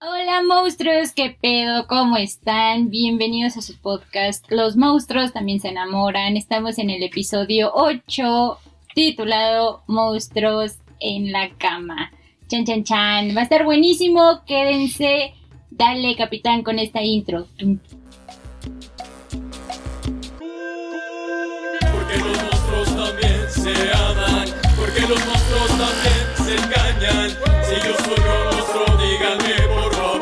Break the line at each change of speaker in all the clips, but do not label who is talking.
Hola monstruos, qué pedo, ¿cómo están? Bienvenidos a su podcast. Los monstruos también se enamoran. Estamos en el episodio 8 titulado Monstruos en la cama. Chan, chan, chan. Va a estar buenísimo, quédense. Dale, capitán, con esta intro. Tum,
Porque los monstruos también se aman, porque los monstruos también se engañan. Si yo soy un monstruo, díganme por favor.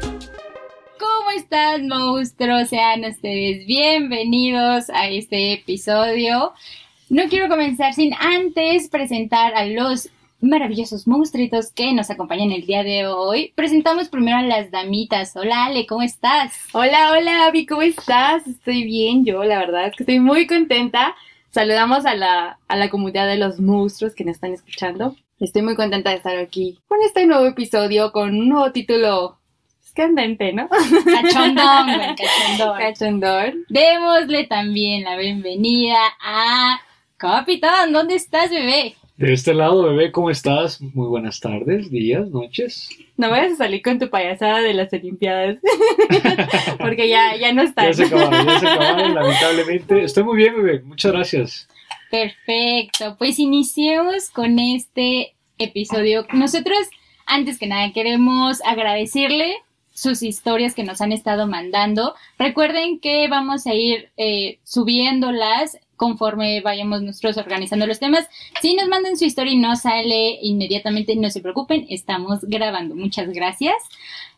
¿Cómo están, monstruos? Sean ustedes bienvenidos a este episodio. No quiero comenzar sin antes presentar a los maravillosos monstruitos que nos acompañan el día de hoy. Presentamos primero a las damitas. Hola, Ale, ¿cómo estás?
Hola, hola, Abby, ¿cómo estás? Estoy bien, yo, la verdad es que estoy muy contenta. Saludamos a la, a la comunidad de los monstruos que nos están escuchando. Estoy muy contenta de estar aquí con este nuevo episodio, con un nuevo título escandente, ¿no?
Cachondón, güey, cachondón.
Cachondor.
Démosle también la bienvenida a Capitán. ¿Dónde estás, bebé?
De este lado, bebé, ¿cómo estás? Muy buenas tardes, días, noches.
No vayas a salir con tu payasada de las Olimpiadas, porque ya, ya no está.
Ya se acabaron, ya se acabaron, lamentablemente. Estoy muy bien, bebé, muchas gracias.
Perfecto, pues iniciemos con este episodio. Nosotros, antes que nada, queremos agradecerle sus historias que nos han estado mandando. Recuerden que vamos a ir eh, subiéndolas conforme vayamos nosotros organizando los temas. Si nos mandan su historia y no sale inmediatamente, no se preocupen, estamos grabando. Muchas gracias.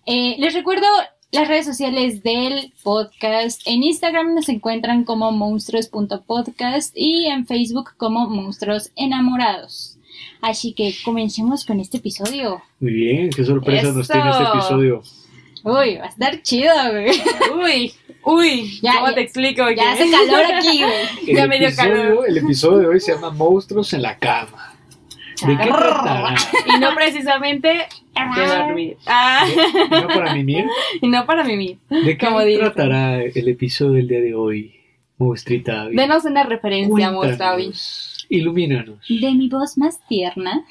Eh, les recuerdo las redes sociales del podcast. En Instagram nos encuentran como monstruos.podcast y en Facebook como monstruos enamorados. Así que comencemos con este episodio.
Muy bien, qué sorpresa nos
Eso.
tiene este episodio.
Uy, va a estar chido, güey.
Uy, uy,
Ya,
¿cómo
ya,
te explico?
Ya hace calor aquí, güey.
El,
Ya me dio
episodio,
calor.
el episodio de hoy se llama Monstruos en la cama. ¿De qué tratará?
Y no precisamente de dormir. Ah,
¿Y ¿No para mimir?
y no para mimir.
¿De
Como
qué
dicen.
tratará el episodio del día de hoy, Monstrita Abby?
Denos una referencia, Mostavi.
Cuéntanos, ilumínanos.
De mi voz más tierna,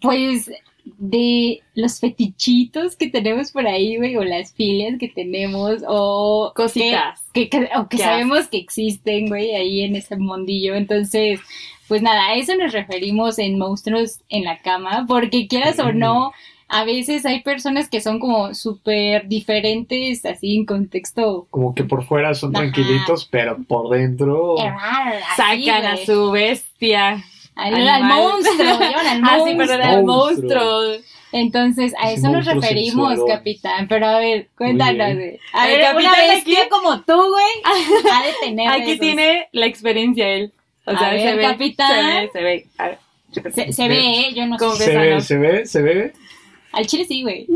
pues de los fetichitos que tenemos por ahí, güey, o las filias que tenemos, o
Cositas.
que, que- que- o que
Ya.
sabemos que existen, güey, ahí en ese mundillo. Entonces, pues nada, a eso nos referimos en monstruos en la cama, porque quieras o
Mm.
no, a veces hay personas que son como súper diferentes, así en contexto.
Como que por fuera son
Ajá.
tranquilitos, pero por dentro...
así,
Oh. Sacan a
güey.
su bestia.
al,
animal.
al monstruo, llevan al
Ah, sí,
monstruo.
perdón, al
Monstruo.
monstruo.
Entonces, a
Ese
eso nos
monstruo oh.
referimos,
sensualón.
capitán. Pero a ver, cuéntanos,
bien.
güey. A
El
ver,
capitán
una vez
aquí-
que como tú, güey, ha de tener. de
Aquí
esos.
tiene la experiencia él. O
A
sea,
ver,
se ve,
capitán.
se ve, se ve. A ver.
Se, se ve, ¿eh? Yo no
Como
sé.
que-
Se ve,
Confesanos.
se ve, se ve.
Al chile sí, güey.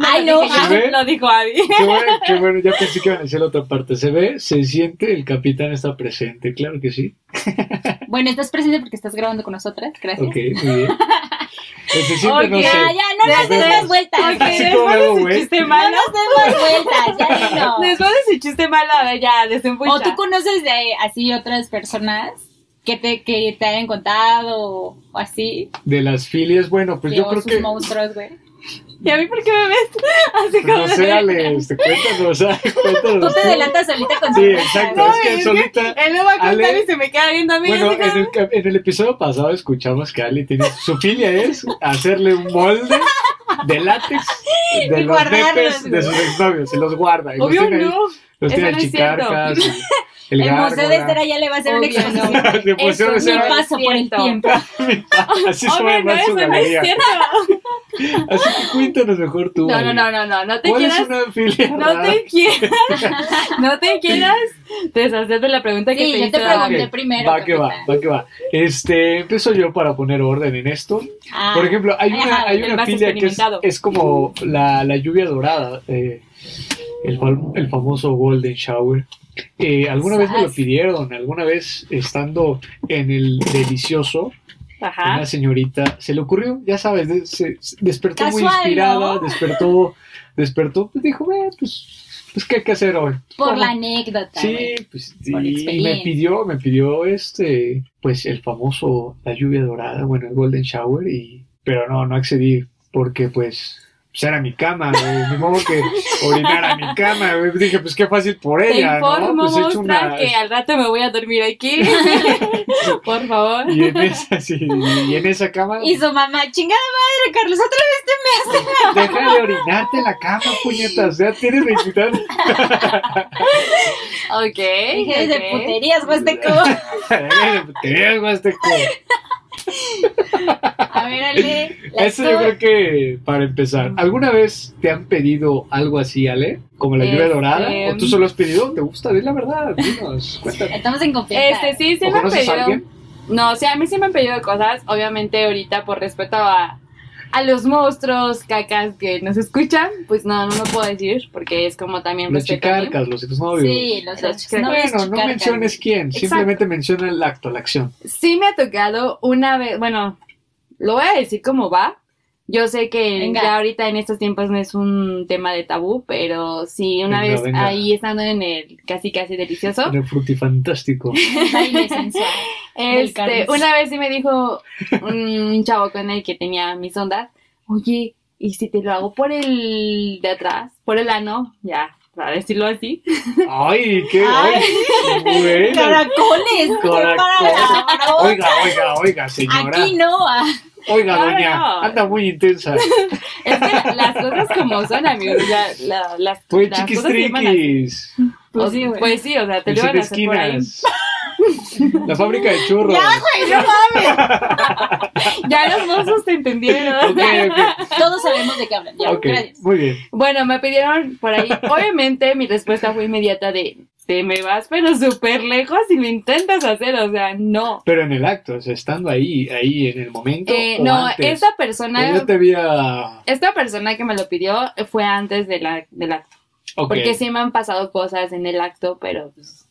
Ay, no.
lo dije
ah,
yo,
¿Se ve?
lo dijo Abby.
Qué bueno, qué bueno, ya pensé que iban a decir la otra parte. Se ve, se siente, el capitán está presente, claro que sí.
Bueno, estás presente porque estás grabando con nosotras. Gracias.
Ok, muy bien. El se siente, no
Ok,
sé.
Ya, ya, no nos des más vueltas.
Ok,
Así
después
como
de
luego,
su
güey.
chiste
No
malo.
nos des más vueltas, ya dilo.
Después de su chiste malo, a ver, ya, desempucha.
O tú conoces de así otras personas que te, que te hayan contado o, o así.
De las filias, bueno, pues
que-
yo
o
creo
sus
que.
monstruos, güey.
¿Y a mí por qué me ves así como...
No sé, Ale, este, cuéntanos, ah,
Tú
cuéntanos.
te
tú.
delatas solita con
Sí,
tu-
exacto,
No,
es que
es que-
solita.
Él lo va a contar
Ale-
y se me queda viendo a mí.
Bueno,
así
en
como-
el, cap- en el episodio pasado escuchamos que Ale tiene. Su filia es hacerle un molde de látex de
Y
los
guardarlos,
nepes de
güey.
sus exnovios, se los guarda. y los
Obvio
tiene ahí
no.
Los
Eso
tiene
no es
chicarcas, el,
El Museo de Cera ya le va a hacer un
Obvio, no.
exposición.
De museo de
Eso
Mi
no
cera.
es
paso por el
cierto.
tiempo.
Así se va
Obvio no,
a llamar
eso
su
no es
galería.
cierto.
Así que cuéntanos mejor tú.
No, no,
Ale.
no, no, no, no te
¿Cuál es
quieras
una filia?
No
rara?
te quieras, no te quieras deshacer de la pregunta que
Sí,
te
yo te
hizo.
Ah, ok.
pregunté primero.
Va que va,
capitán.
va que va. Este, empiezo yo para poner orden en esto.
Ah,
Por ejemplo, hay una,
ajá,
hay
el
una
más
filia que es,
experimentado.
es como la, la lluvia dorada, eh, el, fam- el famoso Golden Shower. Eh, alguna vez me lo
Sas.
pidieron, alguna vez estando en el delicioso,
Ajá.
una señorita se le ocurrió, ya sabes, de- se, se- despertó
Casual,
muy inspirada,
¿no?
despertó, despertó, pues dijo, "Eh, pues pues, ¿qué hay que hacer hoy?
Por
¿Cómo?
la anécdota.
Sí,
güey.
pues
Por
sí, me
experiencia.
pidió, me pidió este, pues el famoso, la lluvia dorada, bueno, el Golden Shower, y, pero no, no accedí, porque pues, pues, era mi cama, güey, ni modo que orinara mi cama, güey. dije, pues qué fácil por
Te
ella,
informo,
¿no? Pues he hecho
mostra,
una...
que al rato me voy a dormir aquí. Por favor.
Y en esa, sí, y en esa cama,
Y su mamá, chingada madre, Carlos, otra vez te
deja de orinarte en la cama, puñetas, ya tienes 20 años.
Ok.
dije de
ok.
puterías, huasteco.
Te veo, este Huasteco.
A ver, Ale. la
Eso yo
tuya.
creo que para empezar, ¿alguna vez te han pedido algo así, Ale? Como la lluvia
Este,
dorada, o tú solo has pedido, te gusta, di la verdad, dinos, cuéntanos.
Estamos en confianza.
Este, sí, se
¿O
me han
conoces a
pedido.
alguien?
No, o sea, a mí sí me han pedido cosas. Obviamente, ahorita, por respeto a, a los monstruos, cacas que nos escuchan, pues no, no lo puedo decir porque es como también
Los
respeto a mí.
chicarcas, los novios.
Sí, los
Los
dos.
chicas-
no ves
bueno, no
chicarca.
menciones quién,
Exacto.
simplemente menciona el acto, la acción.
Sí me ha tocado una vez, bueno, lo voy a decir como va. Yo sé que
Venga.
ya ahorita en estos tiempos no es un tema de tabú, pero sí, una
Venga,
vez
venga.
ahí estando en el casi casi delicioso,
En el frutifantástico.
Baile sensual. Del
Este,
Carlos.
una vez sí me dijo un chavo con el que tenía mis ondas, oye, ¿y si te lo hago por el de atrás? Por el ano, ya, para decirlo así.
Ay, qué ay, bueno.
Caracoles,
Caracoles.
prepara
Oiga, oiga, oiga, señora.
Aquí no. ah.
Oiga,
No,
doña,
no.
anda muy intensa.
Es que la- las cosas como son, amigos, ya, la- las,
Fue
las cosas se llaman así.
chiquistriquis.
Pues
O-
sí, güey.
Pues sí, o sea, te
En
lo iban
siete
a hacer por ahí.
esquinas. La fábrica de churros.
Ya, güey, no mames.
Ya los mozos te entendieron.
Ok, ok,
Todos sabemos de qué hablan. Ya,
ok,
gracias.
muy bien.
Bueno, me pidieron por ahí. Obviamente mi respuesta fue inmediata de, te me vas pero súper lejos y lo intentas hacer, o sea, no.
Pero en el acto, o sea, estando ahí, ahí en el momento.
Eh,
o
no,
antes.
esta persona,
Pues Yo te había.
esta persona que me lo pidió fue antes de la, del acto.
Ok.
Porque sí me han pasado cosas en el acto, pero pues,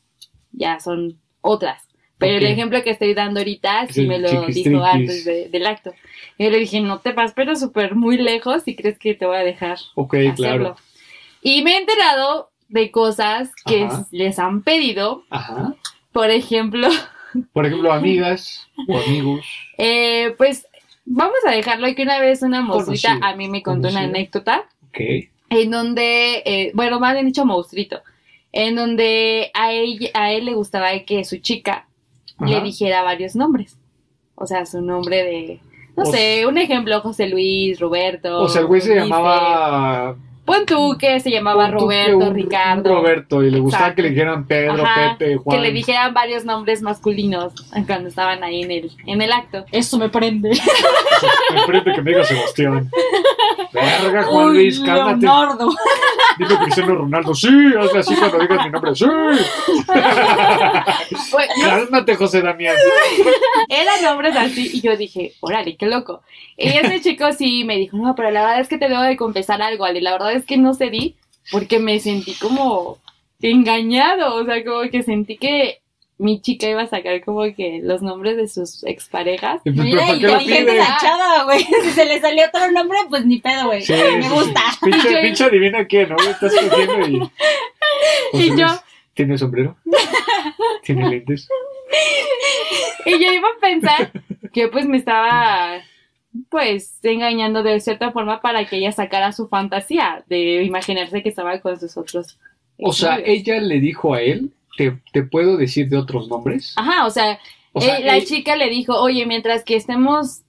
ya son otras. Pero
Ok.
el ejemplo que estoy dando ahorita
Es
sí
el
me lo
chiquistriquis.
dijo antes de- del acto. Yo le dije, no te vas, pero súper muy lejos y crees que te voy a dejar
ok,
hacerlo.
claro.
Y me he enterado de cosas que
Ajá.
s- les han pedido.
Ajá.
Por ejemplo,
Por ejemplo, amigas o amigos.
eh, pues vamos a dejarlo que una vez una mosquita
Conocido,
a mí me contó una
conocido.
anécdota.
Ok.
en donde, eh, bueno, más bien dicho monstruito, en donde a, ella- a él le gustaba que su chica
Ajá.
le dijera varios nombres. O sea, su nombre de, no
O-
sé, un ejemplo, José Luis, Roberto.
O sea, el güey se
Ulises.
llamaba.
Pon tú que se llamaba
Pon tú que
Roberto,
un-
Ricardo.
Roberto, y le gustaba
Exacto.
que le dijeran Pedro,
Ajá,
Pepe, Juan.
Que le dijeran varios nombres masculinos cuando estaban ahí en el, en el acto.
Eso me prende.
Enfrente que me diga Sebastián. Verga, Juan
Uy,
Luis, cálmate.
Leonardo.
Dime Cristiano Ronaldo, sí, hazle así cuando digas mi nombre, sí.
Bueno,
Cálmate, José Damián.
Eran nombres así y yo dije, órale, qué loco. Y ese chico sí me dijo, no, pero la verdad es que te debo de confesar algo, Ale. La verdad es que no cedí porque me sentí como engañado. O sea, como que sentí que mi chica iba a sacar como que los nombres de sus exparejas.
Y pues,
Mira,
¿Pero para qué lo
inteligente
pide?
la chava, güey. Si se le salió otro nombre, pues ni pedo, güey.
Sí,
me
sí,
gusta.
sí. Pinche,
Y yo-
pinche adivina quién, ¿no? Estás cogiendo y. José
Y yo-
Luis, ¿Tiene sombrero? ¿Tiene lentes?
Y yo iba a pensar que pues me estaba pues engañando de cierta forma para que ella sacara su fantasía de imaginarse que estaba con sus otros.
O sea,
exnovios.
ella le dijo a él, ¿te, te puedo decir de otros nombres?
Ajá, o sea,
O sea,
Ah, eh, la
él
chica le dijo, oye, mientras que estemos,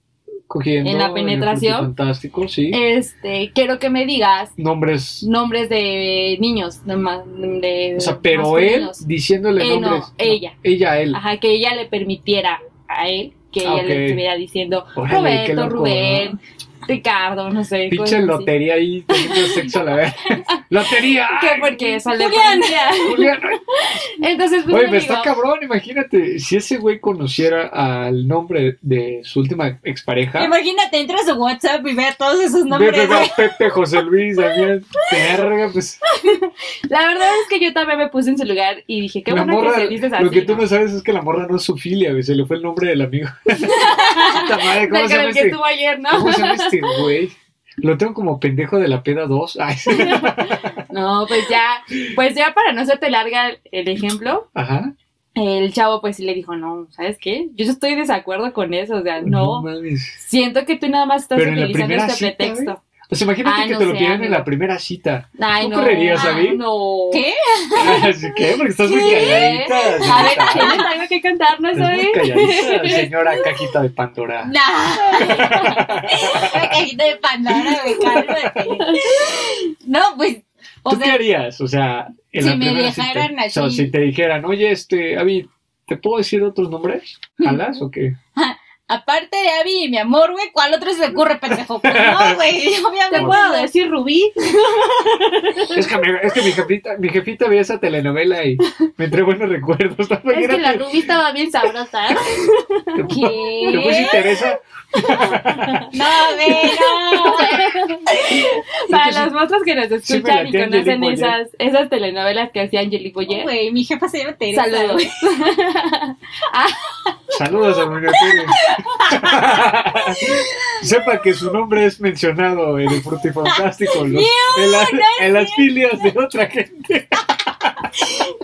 cogiendo
en la
el
penetración.
Fantástico, sí.
este, quiero que me digas
nombres.
nombres de niños, de, ma- de
O sea, pero él
masculinos".
diciéndole
Eh, no,
nombres.
ella. Ah,
Ella a él.
Ajá, que ella le permitiera a él que
Ah,
ella
ok.
le estuviera diciendo
Órale, qué
Roberto,
loco,
Rubén, Ricardo, no sé.
Pinche
cosas así.
lotería ahí, teniendo sexo a la vez. ¡Lotería!
¿Qué? Porque sale
Julián.
Julián,
Entonces, pues,
Oye,
me
pero
digo,
está cabrón, imagínate, si ese güey conociera al nombre de su última expareja,
Imagínate, entra a su WhatsApp y ve todos esos
de
nombres. güey.
Pepe, José Luis, Daniel, verga, pues,
la verdad es que yo también me puse en su lugar y dije, qué
la
bueno
morra,
que se dices así.
lo que tú
¿no?
no sabes es que la morra no es su filia, güey, se le fue el nombre del amigo. Puta madre, ¿cómo
Del con el
se llama
que
este?
estuvo ayer, ¿no?
¿Cómo se llama este güey? Lo tengo como pendejo de la peda 2. Ay, sí.
No, pues ya, pues ya para no hacerte larga el ejemplo,
Ajá.
el chavo pues sí le dijo, no, ¿sabes qué? Yo estoy de desacuerdo con eso, o sea, no.
mames.
Siento que tú nada más estás
Pero en la
utilizando
primera
este
cita,
pretexto.
O sea, imagínate
Ay,
que
no
te lo
sé,
pidieran en
amigo.
la primera cita.
Ay,
¿Tú
no.
correrías,
Ay,
Abby?
no.
¿Qué?
Así que, porque estás muy calladita.
A ver,
señorita.
¿tienes algo que contarnos
Estás Pues
eh?
muy
hoy?
calladita, señora cajita de Pandora.
Nah. La cajita de Pandora, güey, cálmate. No, pues, o
¿Tú qué
sea,
harías? O sea, en
Si
la
me
primera
dejaran
cita. O sea,
así.
si te dijeran, oye, este, Avi, ¿te puedo decir otros nombres? ¿Jalas o qué?
aparte de Abby y mi amor, güey, ¿cuál otro se te ocurre, pendejo? Pues no, güey, obviamente.
¿Te puedo decir Rubí?
Es que, me- es que mi, jefita, mi jefita veía esa telenovela y me trae buenos recuerdos. ¿no?
Es que la
Imagínate,
Rubí estaba bien sabrosa.
te puedo- te puedes
¿Qué?
interesar.
No, güey, no.
Para los monstruos que nos
sí me
escuchan y
latía Angelique
conocen
Boyer.
esas, esas telenovelas que hacía Angelique Boyer.
Oh, Güey, mi jefa se llama Teresa.
Saludos.
güey.
Saludos a María Pérez. Sepa que su nombre es mencionado en el Frutifantástico, los- en, la- en las filias de otra gente.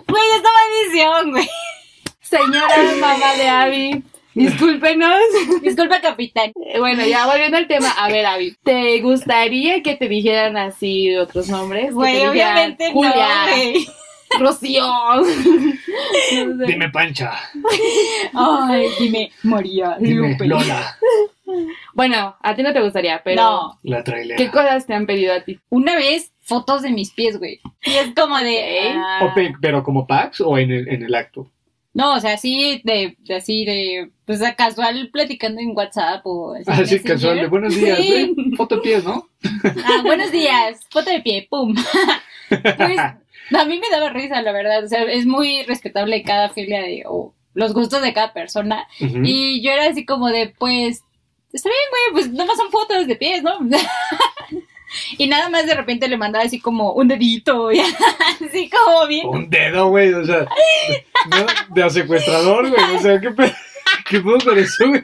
Güey, esta maldición, güey.
Señora mamá de Abby, discúlpenos.
Disculpa, capitán.
Eh, Bueno, ya volviendo al tema, a ver, Abby, ¿te gustaría que te dijeran así otros nombres? Que
Güey,
te dijeran
obviamente no,
Julia,
güey.
Rocío. No sé.
Dime Pancha,
Ay, dime, María
dime
Lupe.
Lola,
Bueno, a ti no te gustaría, pero
No.
la
¿qué
trailera.
cosas te han pedido a ti?
Una vez, fotos de mis pies, güey. Y es como de...
Ok.
ah,
O pe- pero como Pax o en el, en el acto.
No, o sea, así de, de así de, pues a casual platicando en WhatsApp o así. en
Así
Messenger.
Ah, casual, de buenos días,
Sí.
¿eh? Foto de pies, ¿no?
Ah, buenos días, foto de pie, pum. pues a mí me daba risa, la verdad. O sea, es muy respetable cada filia de, o los gustos de cada persona.
Ujú.
Y yo era así como de, pues, está bien, güey, pues nomás son fotos de pies, ¿no? y nada más de repente le mandaba así como un dedito, y así como bien.
Un dedo, güey, o sea, no, de a secuestrador, güey, o sea, ¿qué, pe- qué pedo con eso, güey?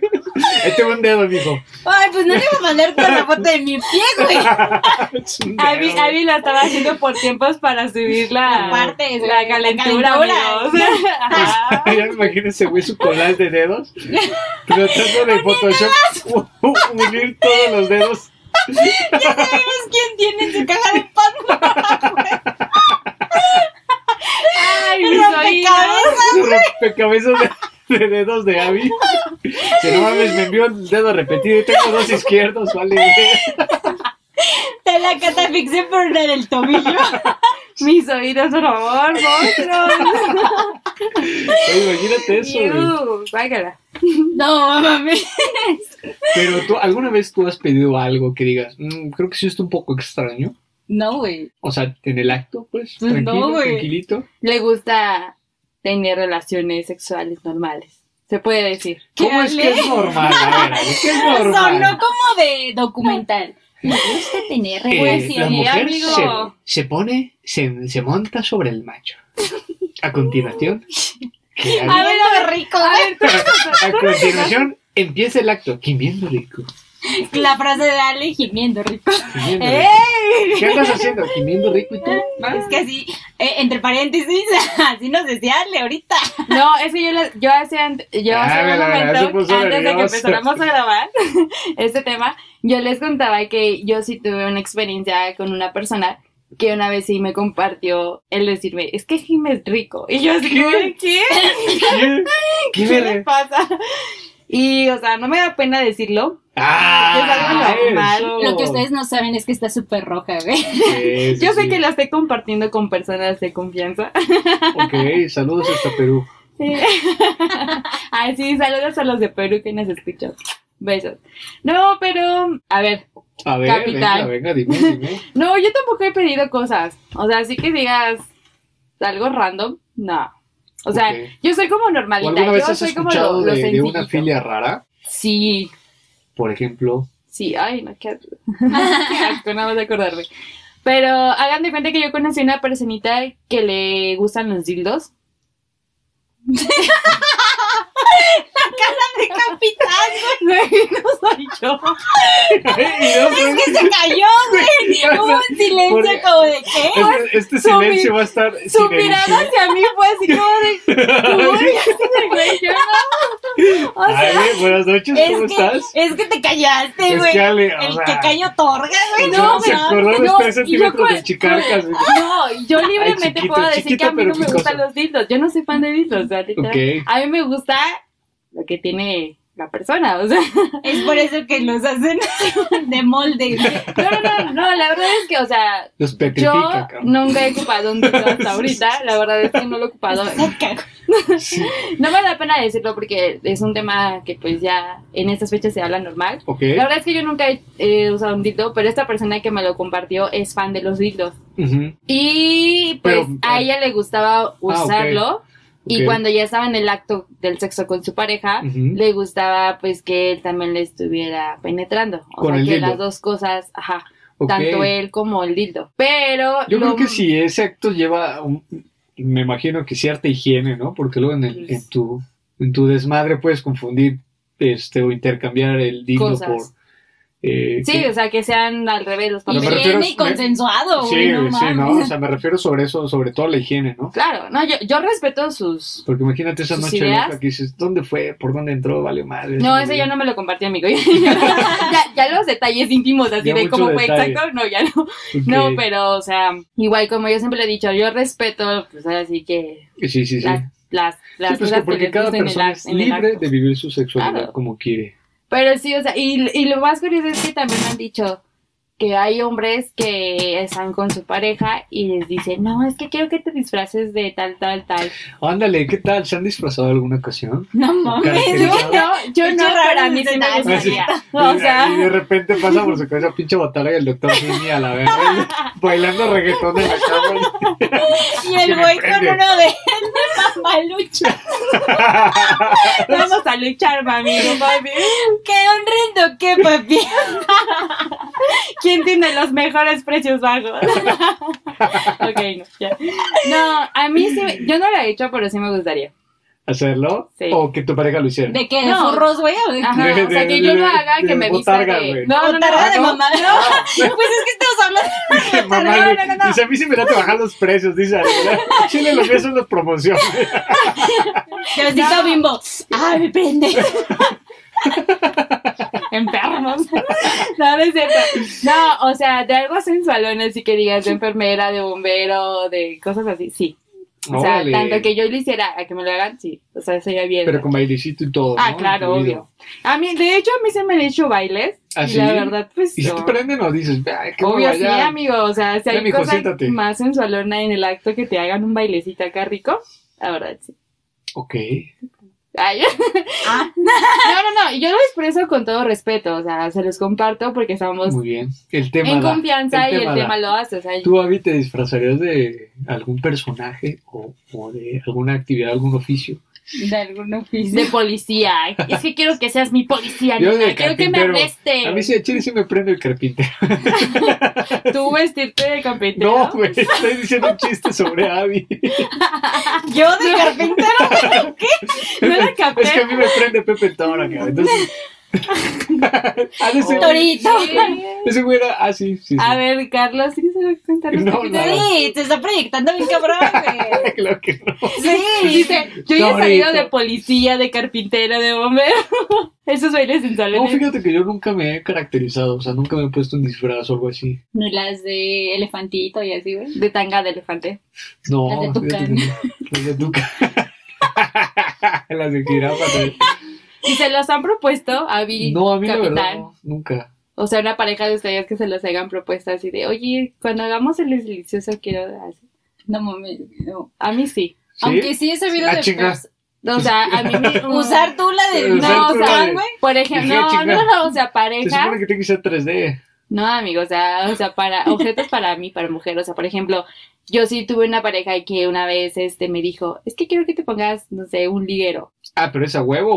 Este un dedo, mijo.
Ay, pues no le iba a mandar toda la foto de mi pie, güey.
Es un dedo,
Abby,
güey.
Abby la estaba haciendo por tiempos para subir la,
Aparte, es
la
la
calentura,
calentura.
amigos. Ajá.
Ya me imagino ese güey su collage de dedos. Tratando de Photoshop u- u- unir todos los dedos.
Ya sabemos quién tiene su caja de pan.
Ay, mis oídos.
Rompecabezas.
Su rompecabezas de, de dedos de Abby. Si no mames, me envió el dedo repetido y tengo dos izquierdos, vale. güey.
Te la catafixé por la del tobillo.
Mis oídos, por favor, monstruos.
Oye, imagínate eso, güey.
Iu, guácala.
No, mames.
Pero tú, ¿alguna vez tú has pedido algo que digas, "Mm, creo que sí está un poco extraño?
No, güey.
O sea, en el acto, pues,
Pues no,
tranquilo,
güey.
tranquilito.
le gusta tener relaciones sexuales normales. Se puede decir.
¿Qué
¿Cómo es que
hablé?
es normal? A ver, Ale, ¿qué es
Sonó
normal?
como de documental. Me gusta tener
Eh, la
relaciones.
mujer
amigo.
se, se pone, se, se monta sobre el macho. A continuación, ¿qué hago?
A ver, lo rico.
a continuación empieza el acto. Gimiendo rico.
La frase de Ale gimiendo rico.
gimiendo rico.
¡Ey!
¿Qué andas haciendo? Gimiendo rico y tú.
Es que así, eh, entre paréntesis, así nos decía Ale ahorita.
No, es que yo, la- yo hace, ant- yo
Ah,
hace un
la verdad, se
momento,
puso
antes de que
nerviosa.
empezáramos a grabar este tema, yo les contaba que yo sí tuve una experiencia con una persona que una vez sí me compartió el decirme, es que Jim es rico. Y yo así, como de, ¿qué?
Ah, ¿Qué? ¿Qué
¿Qué
verga?
le pasa? Y, o sea, no me da pena decirlo.
Ah,
Es algo normal.
eso.
Lo que ustedes no saben es que está súper roja, güey.
Sí, sí,
Yo sé
sí.
que la estoy compartiendo con personas de confianza.
Ok, saludos hasta Perú.
Sí. Ay, sí, saludos a los de Perú que nos escuchan. Besos. No, pero, a ver,
A ver,
Capital.
venga, venga, dime, dime.
no, yo tampoco he pedido cosas. O sea, así que digas algo random, no. O sea,
Ok.
yo soy como
¿O
normalita,
alguna
yo
vez has
soy como lo,
escuchado
lo
de, de una
sencillito.
filia rara?
Sí,
Por ejemplo,
sí, ay, no, qué asco, Qué asco, nada más de acordarme. Pero hagan de cuenta que yo conocí una personita que le gustan los dildos.
Capitán,
no soy yo.
Y dos
Es que
veces-
se cayó, güey. Hubo un silencio
Porque-
como de qué.
Este, este
pues, Su
silencio
mi-
va a estar
Su
sin
mirada
edición.
hacia mí fue así como de... "Tú eres el güey, yo no". O sea,
Ale, buenas noches, ¿cómo
Es que,
estás?
es que te callaste,
Es
güey.
que Ale, o
El
sea,
que cayó torga, güey.
no,
No,
se
no.
acordó de los
no,
3
y yo
centímetros de
con-
chicarcas. güey.
No, yo libremente
chiquito,
puedo decir
chiquito,
que a mí
pero
no me
picoso.
gustan los dildos. Yo no soy fan de dildos, o sea, literal.
Ok.
A mí me gusta lo que tiene la persona, o sea.
Es por eso que los hacen de molde. güey.
No, no, no, no, la verdad es que, o sea,
Los
yo
petrifica, cabrón.
nunca he ocupado un dildo hasta ahorita. La verdad es que no lo he ocupado.
Saca, güey.
Sí.
No me da pena decirlo porque es un tema que pues ya en estas fechas se habla normal.
Ok.
La verdad es que yo nunca he, he usado un dildo, pero esta persona que me lo compartió es fan de los dildos.
Ujú,
Y pues
Pero- eh, ah,
a ella le gustaba
ok.
usarlo. Y
ok.
cuando ya estaba en el acto del sexo con su pareja,
Ujú.
le gustaba pues que él también le estuviera penetrando. O
Con
sea,
el
que
dildo.
las dos cosas, ajá,
Ok.
tanto eh, él como el dildo. Pero
Yo
lo-
creo que si ese acto lleva, un- me imagino que cierta higiene, ¿no? Porque luego en, el,
Pues
en, tu, en tu desmadre puedes confundir este, o intercambiar el digno
Cosas.
por... eh,
Sí,
que-
o sea, que sean al revés los
me
Y
papeles.
refiero
bien
es-
y consensuado,
sí,
güey. no
sí, ¿no? O
mames.
sea, me refiero sobre eso, sobre todo la higiene, ¿no?
Claro, no, yo, yo respeto sus...
Porque imagínate esa
Sus
noche
ideas.
loca que dices, ¿dónde fue? ¿Por dónde entró? Vale madre.
No, ese yo no me lo compartí, amigo. ya, ya los detalles íntimos, así
Ya
de
mucho
cómo fue
detalle.
exacto, no, ya no.
Ok.
No, pero, o sea, igual como yo siempre lo he dicho, yo respeto, pues ahora sí que
Sí, sí, sí.
las, las, las
Sí, pues que
cosas que
porque
les
cada
gusten en el
persona
ac-
es
en el
libre
acto.
de vivir su sexualidad
Claro.
como quiere.
Pero sí, o sea, y, y lo más curioso es que también han dicho que hay hombres que están con su pareja y les dicen, no, es que quiero que te disfraces de tal, tal, tal.
Ándale, ¿qué tal? ¿Se han disfrazado alguna ocasión?
No mames, yo no, yo
Qué
no,
raro
pero a mí sí me
escenario.
gustaría. O
y de
sea,
repente pasa por su cabeza pinche batalla y el doctor Simi a la verga, bailando reggaetón en la cama.
Y el
que me
güey con
prende.
uno de, de mamalucho.
vamos a luchar, mami, no mami.
¿Qué honrindo? ¿Qué, papi?
¿Quién tiene los mejores precios bajos? ok, no, ya. No, a mí sí, yo no lo he hecho, pero sí me gustaría.
¿Hacerlo?
Sí.
O que tu pareja lo hiciera.
¿De qué? ¿De
No.
furros, güey? ¿O de Ah, qué?
Ajá, o sea, que yo lo haga, que me vista de... No, no, no,
¿Botarga de
no.
mamá? Pues es que estamos hablando
Ah, Mamá,
no,
güey,
no, no, no.
Dice, a mí sí me da a bajar los precios, dice. "Adela, Chile, los míos son las promociones.
de besito
No.
bimbo. ¡Ay, me prende!
enfermos. No, no es cierto. No, o sea, de algo sensualón, así que digas de enfermera, de bombero, de cosas así, sí. O sea,
Órale.
tanto que yo lo hiciera a que me lo hagan, sí. O sea, sería bien.
Pero con bailecito y todo.
ah,
¿no?
claro,
Incluido.
obvio. A mí, de hecho, a mí se me han hecho bailes.
¿Ah,
y
sí?
la verdad, pues.
¿Y si
no.
te prenden o dices, ay, qué
Obvio,
hueva,
sí,
ya"?
amigo. O sea, si
Ya,
hay
mijo,
cosa
siéntate.
más sensualona en el acto que te hagan un bailecito acá rico, la verdad, sí.
Ok.
Ay.
Ah.
No, no, no, yo lo expreso con todo respeto, o sea, se los comparto porque estamos
Muy bien. El tema.
en
da,
confianza y el
da.
tema lo hace, o sea,
¿Tú, Abby, te disfrazarías de algún personaje o, o de alguna actividad, algún oficio?
De algún oficio.
de policía. Es que quiero que seas mi policía,
Yo
nena,
de
quiero que me
carpintero.
arreste.
A mí sí, de chile sí me prende el carpintero.
Tú vestirte de carpintero.
No, güey, estoy diciendo un chiste sobre Abby.
Yo de carpintero.
No la capté.
Es que a mí me prende Pepe Toro, cabrón. Entonces. Ah, ese güey-
Torito.
Ese güey era. Ah, sí, sí. sí.
A ver, Carlos, ¿quieres contar?
No, no.
Sí, te está proyectando bien cabrón, güey.
Claro que no.
Sí.
Dice, yo ya he
Torito.
salido de policía, de carpintero, de bombero. Esos bailes sensuales.
No, fíjate que yo nunca me he caracterizado, o sea, nunca me he puesto un disfraz o algo así.
Ni las de elefantito y así, güey.
de tanga de elefante.
No,
Las de
fíjate que
tucán.
no. Las de tucán. Las de jirafa. también.
Y se los han propuesto a mi
No, a mí la
capitán.
verdad, no, nunca.
O sea, una pareja de ustedes que se los hagan propuestas así de, oye, cuando hagamos el delicioso quiero así.
No mames, no.
A mí sí.
¿Sí?
Aunque sí he sabido
Ah,
de
chinga.
pers-
O sea, a mí me...
usar tú la de
Usar
no,
tú la
usar,
de-
güey.
Por ejemplo,
Dije,
no,
chinga.
no, no, o sea,
Se
pareja.
supone que tiene que ser 3D.
No, amigo, o sea, o sea, para objetos para mí, para mujer. O sea, por ejemplo, yo sí tuve una pareja que una vez este me dijo, es que quiero que te pongas, no sé, un liguero.
Ah, pero es a huevo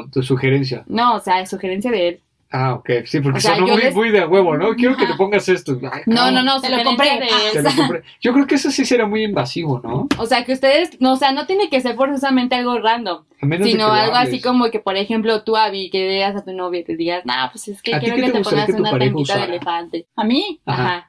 o tu sugerencia.
No, o sea, es sugerencia de él.
Ah, ok, sí, porque
O sea,
sonó
yo
muy,
les-
muy de a huevo, ¿no? Quiero que
Ajá.
te pongas esto. Ay,
No,
cabrón,
no, no,
Te lo
sugerencia
compré.
de-
te lo compré. Yo creo que eso sí será muy invasivo, ¿no?
O sea, que ustedes, no, o sea, no tiene que ser forzosamente algo random,
A menos de
sino
que lo
algo así
hables.
como que, por ejemplo, tú, Abby, que veas a tu novia y te digas, no, pues es que
¿A ti
quiero
qué
que
te
te
gustaría
pongas
que tu
una
pareja
tanquita de
usara?
elefante.
¿A mí?
Ajá.
Ajá.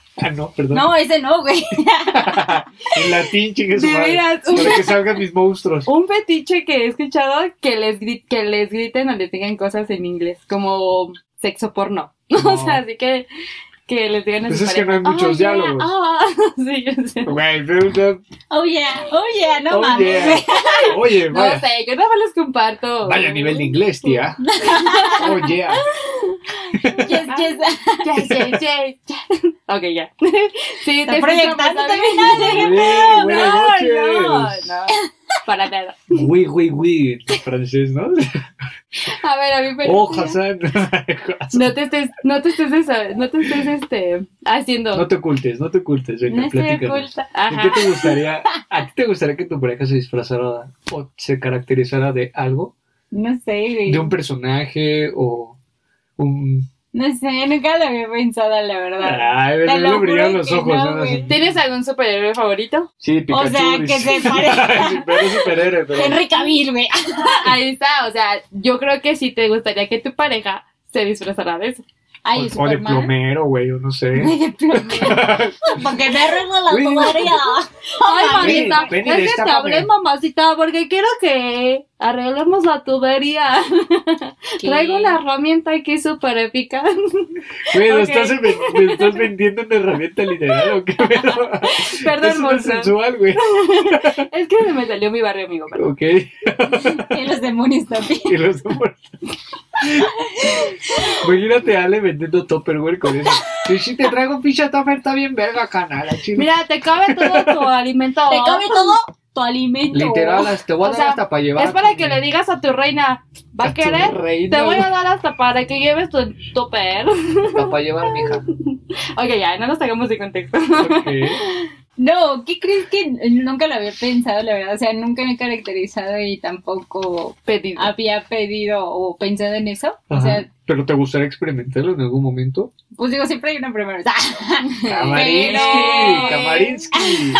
Ah, no, perdón.
No, ese no, güey.
En latín, chingue su
De
madre.
veras, un,
Para que salgan mis monstruos.
un fetiche que he escuchado que les, gri- que les griten o les digan cosas en inglés, como sexo porno.
No.
O sea, así que, que les digan a
Pues
su
es que
pareja,
no hay muchos
"Oh, yeah,
diálogos".
ah". sí, yo sé.
Güey, pregunta.
Oh, yeah, oh, yeah, no
oh,
mames.
yeah.
güey.
Oye,
No
vaya.
sé, yo nada más les comparto.
Vaya nivel de inglés, tía. Oye,
Yes, yes.
Ya, ya, ya, ya. Ok, ya. Sí,
Está
escucho
proyectando
más,
también.
Abby.
buenas
No,
noches.
no, para nada.
Oui, oui, oui. en Francés, ¿no?
A ver, a mí pero
Oh, Hassan.
no te estés, no te estés eso, no te estés este haciendo.
No te ocultes, no te ocultes.
No
Venga,
estoy
platícanos.
oculta.
¿De qué
Ajá.
te gustaría, ¿A ti te gustaría que tu pareja se disfrazara o se caracterizara de algo?
No sé, güey.
¿De un personaje o un...?
No sé, nunca lo había pensado, la verdad.
Ay,
Te
me
lo
le brillaron
juro
los
que
ojos.
no,
¿no?
güey.
Así.
¿Tienes algún superhéroe favorito?
Sí, Pikachu.
O sea, que
dice.
se parezca.
Sí, pero es superhéroe, pero...
Henry Cavill, güey.
Ah, Ahí está, o sea, yo creo que sí te gustaría que tu pareja se disfrazara de eso.
Ay,
o, o de
Superman.
plomero, güey, o no sé.
Güey, de plomero. Porque me arreglo la
Güey.
tubería.
Ay,
Ven,
mamita,
ven y
es que te
destápame.
hablé, mamacita, porque quiero que arreglemos la tubería. Traigo una herramienta aquí súper eficaz.
Güey, ¿lo
Ok.
estás, ven- ¿me estás vendiendo una herramienta literal o qué? Pero...
Perdón,
Eso no es
monstruo.
sensual, güey.
Es que se me salió mi barrio, amigo. perdón.
Ok,
Y los demonios también.
y los demás. Imagínate a Ale vendiendo Topperware con eso. Sí, sí, te traigo un pinche Topper, está bien verga, canal.
Mira, te cabe todo tu alimento.
Te cabe todo tu alimento.
Literal, hasta- te voy a
O
dar
sea,
hasta para llevar.
Es para que le digas a tu reina, ¿va a
tu
querer?
reina,
Te voy a
güey,
dar hasta para que lleves tu topper.
hasta para llevar, mija.
Oye, ya, no nos hagamos de contexto.
Ok.
No, ¿qué crees que nunca lo había pensado, la verdad? O sea, nunca me he caracterizado y tampoco
Pedido.
había pedido o pensado en eso. O
Ajá.
sea,
¿Pero te gustaría experimentarlo en algún momento?
pues digo, siempre hay una primera.
Kamarinsky,
Pero-
Kamarinsky.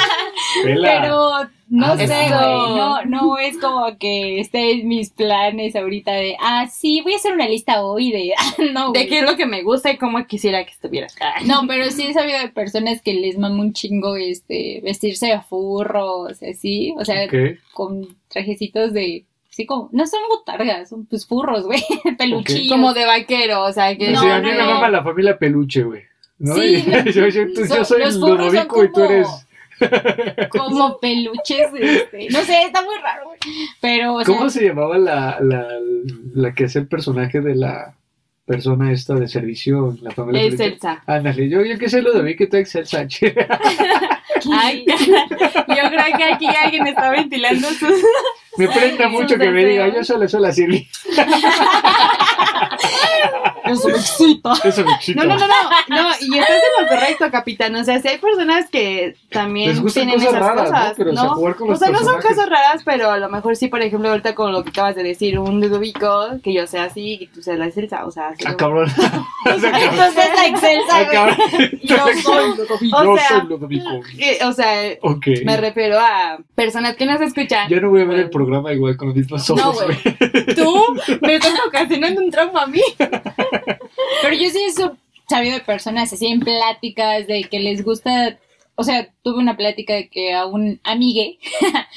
Vela.
Pero no
Ah,
sé, güey.
eso.
No, no es como que estén mis planes ahorita de, ah, sí, voy a hacer una lista hoy de, no,
De
güey.
qué es lo que me gusta y cómo quisiera que estuviera. Ay.
No, pero sí he sabido de personas que les mama un chingo este vestirse de furros, así, o sea,
Ok.
con trajecitos de, sí, como, no son botargas, son pues furros, güey, peluchillos.
Como de vaquero, o sea, que...
No,
o sea, a mí
no,
me
no.
mama la familia peluche, güey. ¿No?
Sí,
Y yo, yo- tú-
son-
yo soy
los
el
furros son
Ludovico y tú
como-
eres.
como peluches, este, no sé, está muy raro, güey. Pero, o sea,
¿Cómo se llamaba la, la, la que es el personaje de la persona esta de servicio en la familia
Es
peluche?
Elsa.
Ándale, yo, yo que sé Ludovico y tú eres Elsa.
¿qué?
Ay, yo creo que aquí alguien está ventilando sus...
me prenda mucho
sus
que me diga,
deseos.
yo solo soy la Silvia.
eso me excita.
Eso me excita.
No, no, no, no, no, y estás en lo correcto, capitán. O sea, si hay personas que también
Les gustan
tienen
cosas
esas
raras, ¿no?
cosas,
Pero, o sea,
¿no?
jugar con los
O sea, no son
personajes.
cosas raras, pero a lo mejor sí, por ejemplo, ahorita con lo que acabas de decir, un Ludovico, que yo sea así, que tú seas la Celsa, o sea, así
Ah,
como-
cabrón. O sea, cabrón.
Entonces la excelsa,
Ah,
güey.
cabrón.
Yo soy-
O
Yo
sea-
soy Ludovico.
Eh, o sea,
Ok.
me refiero a personas que nos escuchan.
Ya no voy a ver el programa igual con los mismos
Ah. No,
ojos,
güey.
güey.
Tú me estás ocasionando un trauma a mí.
Pero yo sí he sub- sabido de personas así en pláticas de que les gusta, o sea, tuve una plática de que a un amigue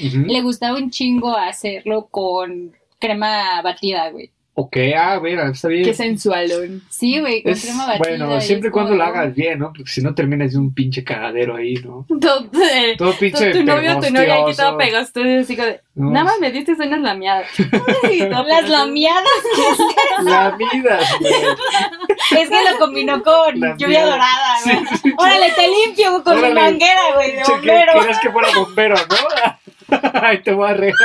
Ujú.
le gustaba un chingo hacerlo con crema batida, güey.
Ok, ah, mira, está bien.
Qué sensualón.
Sí, güey, con
Es-
crema batida.
bueno,
y
siempre y
es
cuando
como,
lo hagas bien, ¿no? Porque si no terminas de un pinche cagadero ahí, ¿no?
Tú- eh,
Todo
tú-
pinche
tu novio, tu novia, aquí
pegostioso.
todo pegoso, así como de,
No,
Nada más me diste unas lamiadas. Ay, no,
Las
pero-
lamiadas,
La vida, güey.
es que lo combinó con
Las
lluvia
miadas.
dorada, Ah, güey.
Sí, sí, sí.
Órale, te limpio con mi
Órale.
manguera, güey, de
Che, que-
bombero.
Querías que fuera bombero, ¿no? Ay, te voy a regar.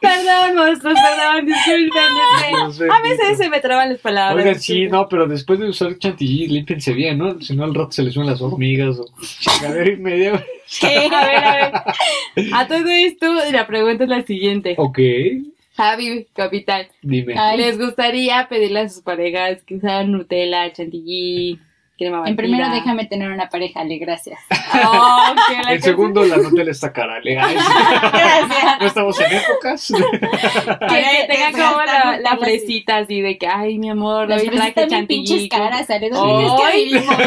Perdón, monstruos, perdón, disculpen.
No
es
sé,
que A veces
listo.
se me traban las palabras.
Oigan, sí,
disculpen.
no, pero después de usar chantilly, límpense bien, ¿no? Si no, al rato se les suben las hormigas o chingadera y media.
¿Qué? A ver, a ver. A todo esto, la pregunta es la siguiente.
Ok,
Javi, capitán,
dime.
Ay.
¿les gustaría pedirle a sus parejas que usaran Nutella, chantilly, crema
En
batida?
primero, déjame tener una pareja, Ale, gracias.
Oh, que la
En segundo, la Nutella está cara. le- Ay, sí.
Gracias.
No estamos en épocas.
Que,
Ay,
que
te-
tenga como
te-
la,
te-
la
te-
fresita así de que, ay, mi amor, la
Las
verdad
fresas
que
también pinches
chantilly. como-
caras, Ale. ¿dónde crees que
Ay,
vivimos?
no,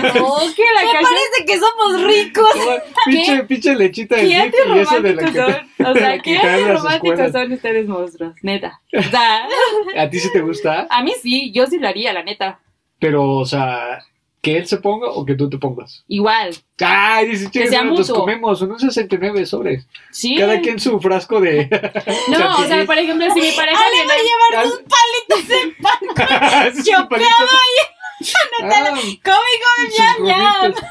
que la calle
Parece que somos ricos.
pinche, pinche lechita de
¿Qué
Nick y eso de la
antirrománticos
que.
son? O
de la
sea,
que
¿qué
caen las
antirrománticos
escuelas.
son ustedes monstruos? Neta. O sea,
¿A ti sí te gusta?
a mí sí, yo sí lo haría, la neta.
Pero, o sea, que él se ponga o que tú te pongas.
Igual.
Ay, dice,
Que
chicos,
sea
nos
mutuo.
comemos unos 69 sobres.
Sí.
Cada quien su frasco de.
No, o sea,
chantilly.
por ejemplo, si mi pareja viene...
llevar palitos de pan.
Ese es un palito. Ah,
Come,
sus gorditos.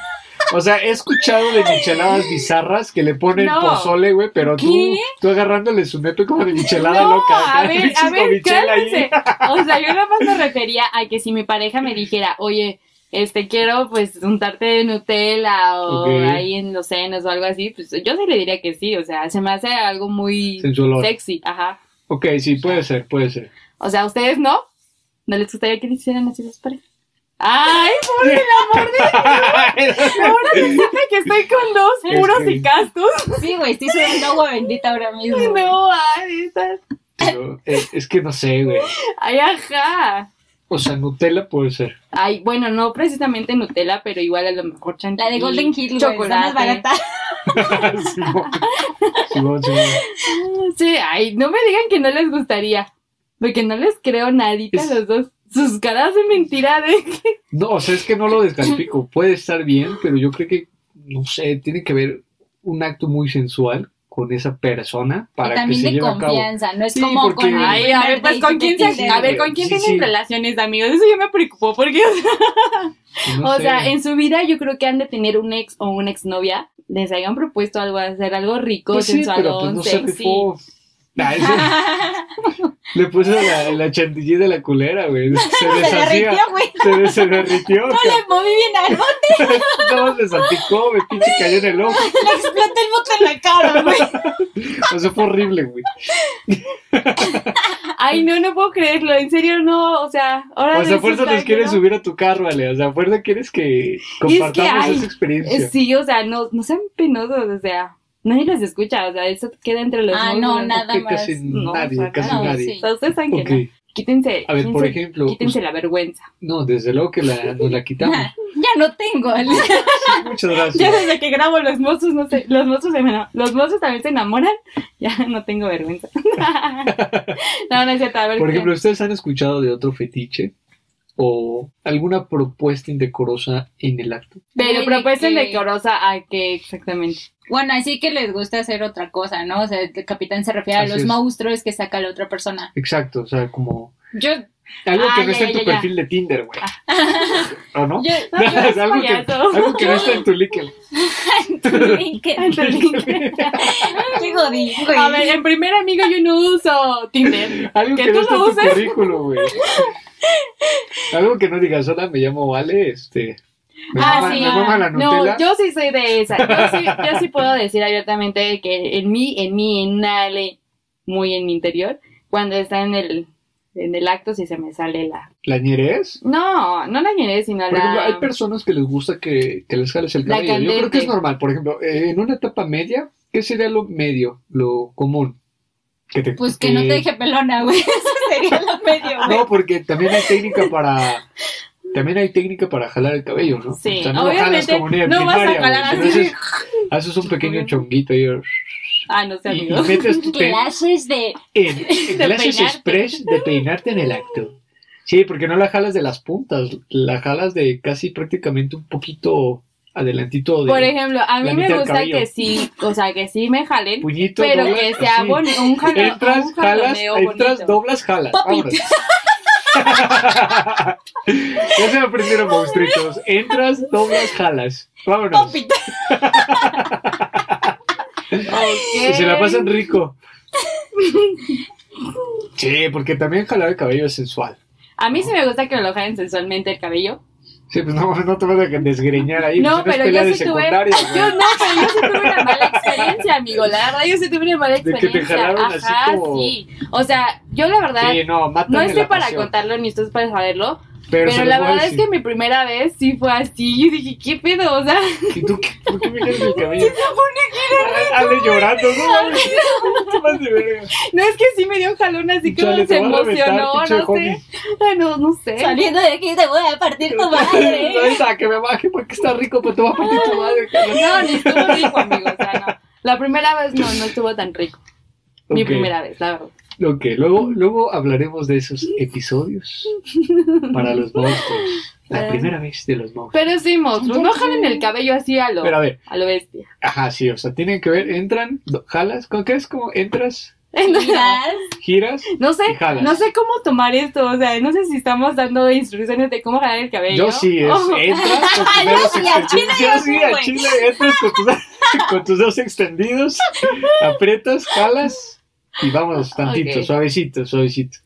O sea, he escuchado de micheladas bizarras que le ponen
No.
pozole, güey, pero tú,
¿Qué?
tú agarrándole su nepe como de michelada
No,
loca.
a ver, a
Pinches
ver,
comichela ahí.
cálmense. O sea, yo nada más me refería a que si mi pareja me dijera, oye, este, quiero pues untarte de Nutella o
Ok.
ahí en los senos o algo así, pues yo sí le diría que sí, o sea, se me hace algo muy
Sensualón.
sexy, ajá.
Ok, sí, puede ser, puede ser.
O sea, ¿ustedes no? ¿No les gustaría que le hicieran así las parejas? ¡Ay, por el amor de ahora resulta que estoy con dos puros
Este.
y castos!
Sí, güey, estoy sudando agua bendita ahora mismo.
Ay,
güey.
no, ay, estas-
Pero, eh, es que no sé, güey.
ay, ajá.
O sea, Nutella puede ser.
Ay, bueno, no precisamente Nutella, pero igual a lo mejor chantilly.
La de Golden Hill, güey, está más
chocolate.
barata.
Ah, Simón. Simón, Simón.
Sí, ay, no me digan que no les gustaría, porque no les creo nadita
Es-
a los dos. Sus caras de mentira de...
No, o sea, es que no lo descalifico. Puede estar bien, pero yo creo que, no sé, tiene que ver un acto muy sensual con esa persona
y
para que
también
se
de
lleve a cabo.
confianza, no es
Sí,
como
porque-
con el
Ay, a ver, pues,
primer date
¿con quién
de
se... A
Tinder,
ver,
güey.
¿con quién
Sí,
tienen
sí.
relaciones, amigos? Eso ya me preocupó, porque...
Y no
o
sé, Pues
sea, en su vida yo creo que han de tener un ex o una exnovia. Les hayan propuesto algo, hacer algo rico,
pues sí, pero pues
sensualón,
no se
sexy.
rifó. Nah, ese- Le puse la, la chantilly de la culera, güey. Se
Se
deshacía.
derritió, güey.
Se, des- se derritió.
No le moví bien al bote,
Todo se salpicó, güey. Pinche cayó en el ojo.
le exploté el bote en la cara, güey.
O sea, fue horrible, güey.
Ay, no, no puedo creerlo, en serio no, o sea, ahora
O sea, fuerza
resulta
nos
que
quieres
no.
subir a tu carro, Ale. O sea, fuerza quieres que
que,
compartamos
ay,
esa experiencia.
Eh, Sí, o sea, no, no sean penosos, o sea, nadie los escucha, o sea, eso queda entre los
Ah,
dos,
no,
¿no?
nada
que
más.
casi
no,
nadie,
o sea,
casi
no,
nadie.
sí.
O sea, ustedes saben
Ok,
que no. Quítense,
a ver, por
quítense-
ejemplo,
quítense la vergüenza.
no, desde luego que la, nos la quitamos.
Ya no tengo.
Muchas
Ya
gracias.
desde que grabo los mozos, no sé, los mozos se me eno- los mozos también se enamoran, ya no tengo vergüenza. no, no es cierto, a ver.
Por
¿qué?
ejemplo, ¿ustedes han escuchado de otro fetiche? ¿O alguna propuesta indecorosa en el acto?
pero
Oye, pues,
propuesta
que-
indecorosa a qué exactamente.
Bueno, así que les gusta hacer otra cosa, ¿no? O sea, el capitán se refiere
Así
a los
es.
monstruos que saca la otra persona.
Exacto, o sea, como
Yo,
algo
Ah,
que no
ya,
está
ya,
en tu
ya.
perfil de Tinder, güey. ¿O no?
yo,
No, no, es
algo, que,
payaso.
algo que no está en tu LinkedIn.
Digo, güey. em,
A ver, en primer amigo yo no uso Tinder.
Algo
Que
que,
tú
no está en
lo
tu
uses.
currículo, güey. algo que no digas, hola, me llamo Ale, este... Me,
Ah,
mama,
sí,
me
ah.
mama la Nutella.
No, yo sí soy de esa. Yo sí, yo sí puedo decir abiertamente que en mí, en mí, en una Ale muy en mi interior, cuando está en el, en el acto, sí se me sale la.
¿La ñerez?
No, no la ñeré, sino
Por ejemplo, hay
la.
personas que les gusta que, que les jales el
La
cabello. Yo creo que
candente.
es normal. Por ejemplo, eh, en una etapa media, ¿qué sería lo medio, lo común? Que te-
Pues que no te deje pelona, güey. Eso sería lo medio, güey.
No, porque también hay técnica para... También hay técnica para jalar el cabello, ¿no?
Sí,
O sea, no lo jalas
obviamente,
como ni en
no vas a
primaria, güey.
jalar así.
Entonces, haces un pequeño chonguito ahí,
Ah, no sé,
y, y
amigos.
metes tu pene
Clases de.
en, en
De
clases
peinarte.
express de peinarte en el acto. Sí, porque no la jalas de las puntas, la jalas de casi prácticamente un poquito adelantito de...
Por ejemplo, a mí
la
me
mitad del
gusta
cabello.
que sí, o sea, que sí me jalen,
puñito,
pero
doblas,
que sea
así.
boni- un jalo-
Entras,
un
jalas,
jaloneo
entras,
bonito.
doblas, jalas.
Papi.
Vámonos. ya se me aprendieron monstruitos. Entras, doblas, jalas. Vámonos.
Papita.
Y se la pasan rico. Sí, porque también jalar el cabello es sensual.
A mí sí me gusta que me lo jalen sensualmente el cabello.
Sí, pues no, no te vas a desgreñar ahí.
No,
pues,
pero
pelea
yo
de
sí tuve.
secundaria, güey.
Yo no, pero yo sí tuve una mala experiencia, amigo. La verdad, yo sí tuve una mala
De que te
experiencia.
jalaron así
Ajá,
como-
sí. O sea, yo la verdad.
Sí, no, mátame
No estoy
la
para
pasión.
contarlo ni ustedes para saberlo,
Pero,
pero,
se los
la
voy a
verdad es que
decir.
mi primera vez sí fue así. Yo dije, ¿qué pedo? O sea,
¿Y tú qué, por qué me jalas el cabello? Ale llorando, ¿no? ¿Qué más de verga?
no es que sí me dio un jalón así como
Chale,
se
te voy a reventar,
emocionó,
pinche
no
homie.
sé. Ay, no, no sé.
Saliendo de aquí te voy a partir tu
No
madre.
es a que me baje porque está rico, pero te va a partir tu madre. cabrón.
No, ni estuvo rico, amigo. O sea, no. La primera vez no, no estuvo tan rico. Mi
Ok,
primera vez, la verdad.
Ok, luego, luego hablaremos de esos episodios para los monstruos. La
Ah.
primera vez de los monstruos.
Pero sí, monstruos, no jalen el cabello así a lo,
Pero a ver,
a lo bestia.
ajá, sí, o sea, tienen que ver, entran, do- jalas, ¿con qué es como entras,
Miras,
giras?
No sé,
Y jalas.
no sé cómo tomar esto, o sea, no sé si estamos dando instrucciones de cómo jalar el cabello.
Yo sí, es,
Oh,
entras con tus
Yo
dedos
sí, al chile
extendidos.
yo
Yo sí,
sí,
a
güey.
Chile entras con tus, con tus dedos extendidos, aprietas, jalas y vámonos tantito,
Ok.
suavecito, suavecito.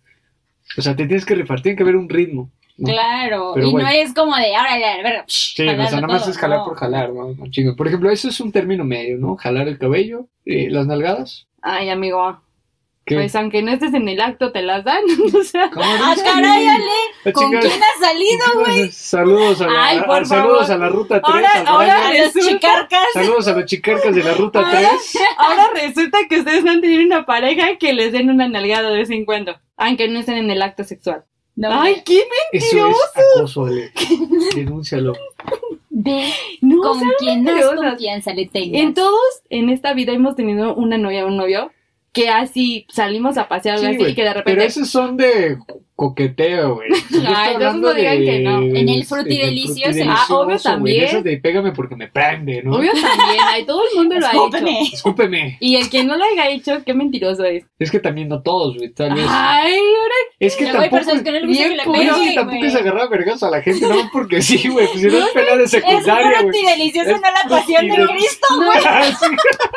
O sea, te tienes que repartir, tiene que haber un ritmo. ¿no?
claro.
Pero
y
bueno.
no es como de ahora la verga. psh,
Sí, o
jalando
sea, nada más
todo,
es jalar
no.
por jalar, ¿no? No chingues. Por ejemplo, eso es un término medio, ¿no? Jalar el cabello, eh, las nalgadas.
Ay, amigo,
¿Qué?
pues aunque no estés en el acto, te las dan, o sea.
¿Cómo
Ah,
dices?
caray, Ale.
Ah,
¿Con
chinga.
quién has salido?
Saludos a la,
Ay, por
a- saludos
favor.
a la ruta 3.
Ahora- ahora-
A los
Resulta-
chicarcas.
Saludos a los chicarcas de la ruta
Ahora-
3.
Ahora resulta que ustedes no han tenido una pareja que les den una nalgada de vez en cuando, aunque no estén en el acto sexual.
No,
Ay, qué
Eso es acoso, Ale. Denúncialo.
Ve
no,
con quien más
mentirosos.
confianza le tengas.
En todos en esta vida hemos tenido una novia o un novio que así salimos a pasear o
Sí,
algo así
güey,
y que de
Pero
repente
esos son de co- coqueteo, güey. Yo estoy
entonces
hablando
no digan
de-
que no.
En el
en
frutidelicioso.
Ah, obvio
güey, de
también.
Esas de pégame porque me prende, ¿no?
obvio también, ay, todo el mundo lo ha hecho.
Escúpeme.
Discúlpeme.
Y el que no lo haya hecho, qué mentiroso es.
Es que también no todos, güey, tal vez.
Ay, ahora
es que
Pero, güey,
tampoco.
personas que no les gusta
bien
que le
culero,
peguen,
es que tampoco
güey.
es agarrar vergas a la gente, no porque sí, güey. Pues si no es pelea de
Es
secundaria, güey.
fruti delicioso,
Es
no la pasión de
frutidelicioso.
Cristo.
Sí.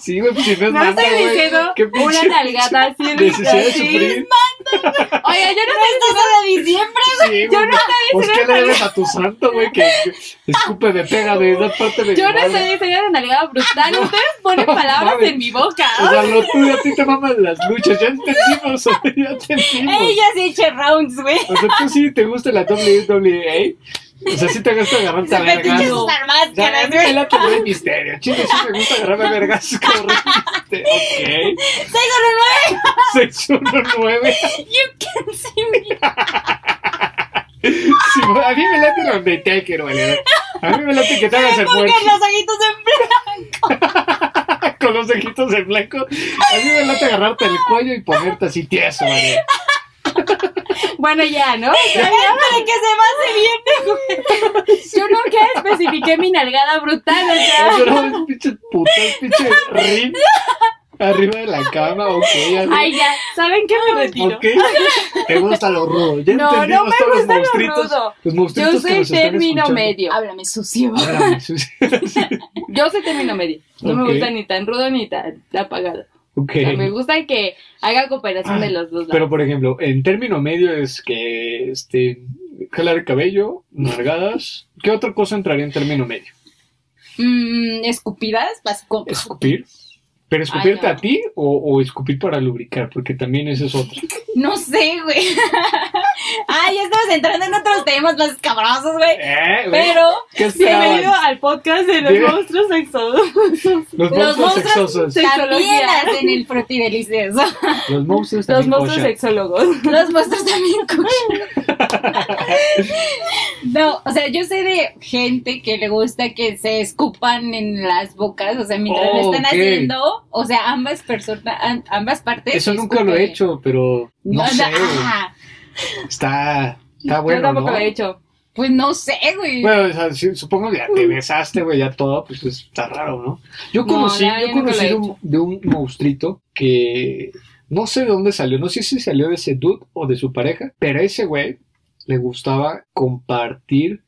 Sí, güey, pues si no es
no
manda,
estoy
güey.
diciendo
Qué
una
pinche
nalgada así rica.
Necesidad de
Sí.
sufrir.
Oye, yo no
Esto es de diciembre.
Sí,
Yo
güey.
no
Pues qué
diciendo
le debes a tu santo, güey, que que- escúpeme, pégame, da parte de
Yo no
vale.
estoy diciendo una nalgada brutal. Ustedes ponen palabras
mames.
en mi boca.
O sea, lo tuyo a ti te maman las luchas, ya entendimos, ya entendimos.
Ella se echa rounds, güey.
O sea, tú sí te gusta la WWE. O sea, sí te gusta agarrar
Se
a vergas.
metiche
O
sus
sea, a
máscaras,
mí me
güey.
late Rey Misterio. Chile, sí me gusta agarrar a vergas con Rey Misterio. Ok.
619.
619.
You can see me.
Sí, a mí me late el Undertaker, vale. A mí me late que te hagas el muerto
Pongan los ojitos en blanco.
con los ojitos en blanco. A mí me late agarrarte el cuello y ponerte así tieso, vale.
Bueno, ya, ¿no?
Entre que se va, se viene, güey.
Yo nunca especifiqué mi nalgada brutal, o sea.
Eso era un pinche puto, un pinche ring arriba de la cama, ok. arriba.
Ay, ya, ¿saben qué me retiro?
Ok, te gusta lo rudo. Ya
No, no
entendimos
me
todos los
gusta lo
monstruitos.
rudo.
Los
Yo
monstruitos que
soy
nos están
término
escuchando. Ah,
medio.
Háblame sucio.
Ábrame, sus-
Yo soy término medio. No
Ok.
me gusta ni tan rudo ni tan apagado.
ok.
O
Ah,
sea, me gusta que haga cooperación de los dos lados.
Pero por ejemplo, en término medio es que este jalar el cabello, nalgadas. ¿Qué otra cosa entraría en término medio?
Mmm, escupidas, vas con.
Escupir. Pero escupirte
no.
a ti o, o escupir para lubricar, porque también eso es otro.
No sé, güey. Ay, ya estamos entrando en otros temas más cabrosos, güey.
Eh, güey,
Pero
¿Qué
Bienvenido
esperaban?
al podcast de los
Bien.
monstruos sexuados.
Los
los
monstruos
monstruos
sexosos.
sex-
también
Sexología.
hacen el frutidelicioso.
Los monstruos
Los
también
monstruos
cochan.
sexólogos.
Los monstruos también cogen. No, o sea, yo sé de gente que le gusta que se escupan en las bocas, o sea, mientras lo están
Ok.
haciendo, o sea, ambas personas, am- ambas partes.
Eso
se
nunca lo he
escupen.
hecho, pero no, sé. güey.
ajá.
Está, está bueno,
Yo tampoco
¿no?
lo he hecho.
pues no sé, güey.
Bueno, o sea, sí, supongo que ya te besaste, güey, ya todo, pues, pues, está raro, ¿no? Yo
No,
conocí,
la verdad,
yo
yo nunca lo
conocí
he
de un, de un monstruito que no sé de dónde salió, no sé si salió de ese dude o de su pareja, pero a ese güey le gustaba compartir,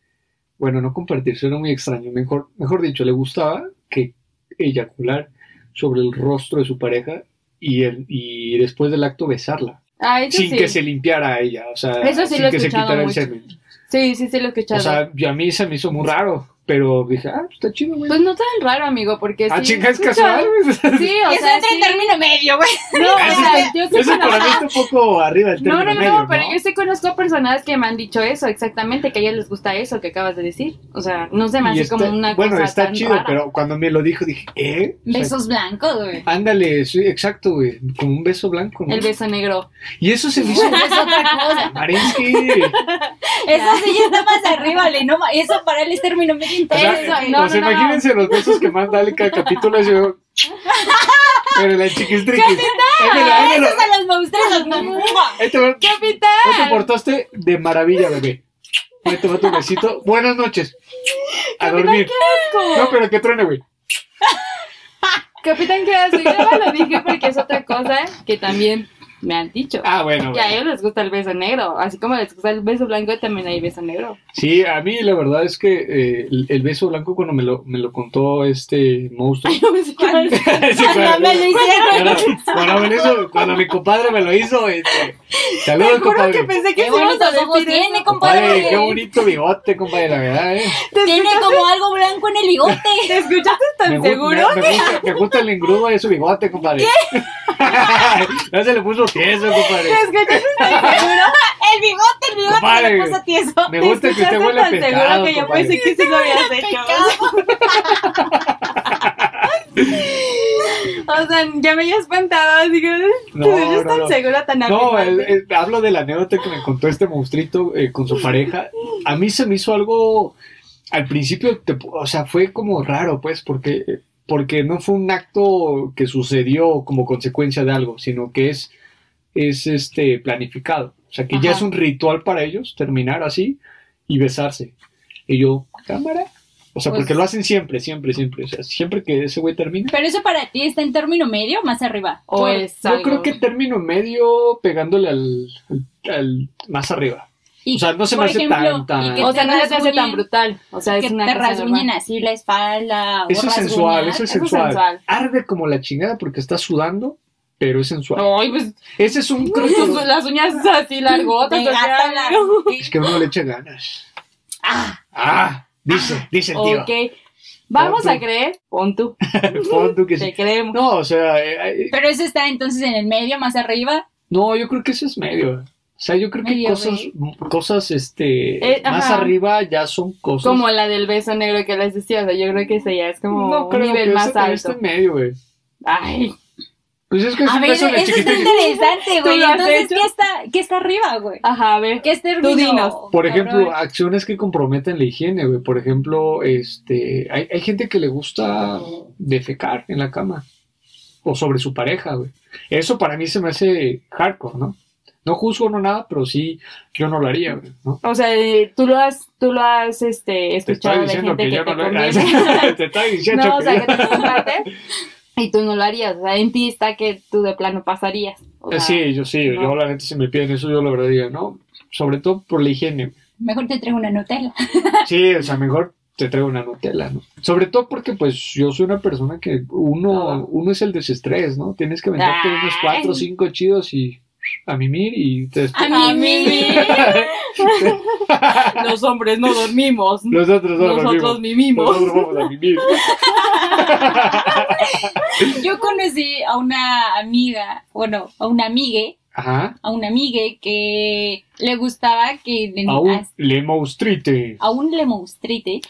bueno, no compartir, suena muy extraño, mejor, mejor dicho, le gustaba que eyacular sobre el rostro de su pareja y, el, y después del acto besarla.
Ah, eso
sin
sí.
que se limpiara a ella, o sea,
Eso sí
sin
lo he
que se
escuchado
quitara el
mucho.
semen.
Sí, sí, sí, lo he escuchado.
O sea, y a mí se me hizo muy raro, pero dije, ah, está chido, güey.
pues no tan raro, amigo, porque
ah,
Pues sí.
chinga, es
escucha-
casual, güey.
Sí, o
es
sea,
otro
sí.
término medio, güey.
No, o
Así
sea,
está-
yo sí
Eso para mí
conozco-
está un poco arriba
No,
del término
no, no,
medio, no,
pero yo sí conozco personas que me han dicho eso, exactamente, que a ellas les gusta eso que acabas de decir. O sea, no se me
Y
hace
está-
como una
bueno,
cosa
está
tan
chido,
rara.
pero cuando me lo dijo dije, ¿eh? O sea,
Besos blancos, güey.
Ándale, sí, exacto, güey, como un beso blanco, ¿no?
El beso negro.
Y eso se me hizo...
Es otra cosa.
Marinsky.
Eso sí ya está más arriba, le no ma- Eso para él es término medio
O sea,
intenso.
Eso,
güey.
no,
o sea, imagínense los besos que manda Ale cada capítulo. Yo... Pero la chiquistriquis. Émelo, émelo.
Besos a los monstruos. no.
Ahí te va- ahí te
¡Capitán!
portaste de maravilla, bebé. Ahí te va tu besito. Buenas noches. A dormir. No, pero que truene, güey.
Capitán, ¿qué haces? Yo no lo dije porque es otra cosa que también me han dicho.
Ah, bueno.
Que a
bueno.
ellos les gusta el beso negro. Así como les gusta el beso blanco, también hay beso negro.
Sí, a mí la verdad es que eh, el, el beso blanco cuando me lo, me lo contó este monstruo.
Yo pensé que era el-
Sí,
Cuando me lo hicieron.
cuando, cuando me lo hizo- cuando mi compadre me lo hizo, este,
Te
saludos,
juro que
compadre.
pensé que
Qué
sí ibas a
bonitos ojos
decir eso.
tiene,
Compadre,
compadre.
qué bonito bigote, compadre, la verdad, eh.
¿Te
Tiene
escuchaste-
como algo blanco en el bigote.
¿Te escuchaste
Me
tan
gu-
seguro?
Me, me gusta, me gusta el engrudo de su bigote, compadre. ya se le puso tieso, compadre.
¿Te escuchaste tan
El bigote, el bigote se le
Compadre,
puso tieso.
Me gusta que usted
Yo
huele a
estoy tan
pescado,
segura que yo
compadre.
pensé que sí lo habías hecho. O sea, ya me había espantado, así que
No,
yo
no,
estoy tan
no.
segura, tan
No,
afirmante.
el- el- hablo de la anécdota que me contó este monstruito eh, con su pareja. A mí se me hizo algo. Al principio, te pu- o sea, fue como raro, pues, porque, porque no fue un acto que sucedió como consecuencia de algo, sino que es, es este, planificado. O sea, que ya
Ajá.
es un ritual para ellos terminar así y besarse. Y yo, cámara. O sea,
Pues-
porque lo hacen siempre, siempre, siempre. O sea, siempre que ese güey termina.
Pero eso para ti está en término medio o más arriba. Pues,
O es
Yo
algo-
creo que término medio pegándole al- al- al más arriba.
Y,
O sea, no se me
por
hace
ejemplo,
tan- tan-
y que
O
te
sea, no se te hace tan
rasguñen,
brutal. O sea,
Que
es una
te
cosa normal.
rasguñen así la espalda. o
Eso es
rasguñar.
sensual, eso es
eso es
sensual.
sensual.
Arde como la chingada porque está sudando, pero es sensual.
Ay, pues
Ese es un
con sus-
crudo.
las uñas así largotas.
De
o sea,
gata la-
digo,
Es que uno le echa ganas.
Ah,
Ah, dice, dice el tío.
Ok. Vamos
Pon tú.
a creer, pon tú,
Pon tú que sí.
te creemos.
No, o sea, eh, eh,
pero eso está entonces en el medio, más arriba.
no, yo creo que eso es medio. O sea, yo creo que
Medio,
cosas, cosas, este,
Eh,
más
ajá.
arriba ya son cosas.
Como la del beso negro que les decía, o sea, yo creo que ese ya es como
no
un
creo
nivel
que
más
ese- pero está
alto.
en medio, güey.
Ay,
Pues es que es
A
un
ver,
beso
eso
de
está
chiquitín.
interesante, güey.
¿Tú lo has
Entonces,
hecho?
¿qué está, ¿qué está arriba, güey?
ajá, a ver.
¿Qué es término?
dinos.
cabrón?
Por ejemplo, acciones que comprometen la higiene, güey. Por ejemplo, este, hay, hay gente que le gusta defecar en la cama o sobre su pareja, güey. Eso para mí se me hace hardcore, ¿no? No juzgo, no nada, pero sí, yo no lo haría, güey, ¿no?
O sea, eh, tú lo has, tú lo has este,
Te
escuchado
estoy
de
diciendo
gente
que
que,
yo
te
no lo
conviene.
haría. Te estoy diciendo
no, o
que
sea,
yo-
que te compartes y tú no lo harías. O sea, en ti está que tú de plano pasarías. O sea,
Eh, Sí, yo sí,
no.
yo la neta si me piden eso, yo la verdad diría, ¿no? Sobre todo por la higiene.
Mejor te traigo una Nutella.
Sí, o sea, mejor te traigo una Nutella, ¿no? Sobre todo porque, pues, yo soy una persona que uno,
Ah.
uno es el desestrés, ¿no? Tienes que aventarte unos cuatro o
Ay.
cinco chidos y a mimir y te despe-
A mí, los hombres no dormimos.
Los otros dos
Nosotros
dormimos.
mimimos.
Nosotros vamos a mimir.
Yo conocí a una amiga, bueno, a una amigue,
Ajá.
a una amigue que le gustaba que le-
A un le maustrite.
a un lemonstrite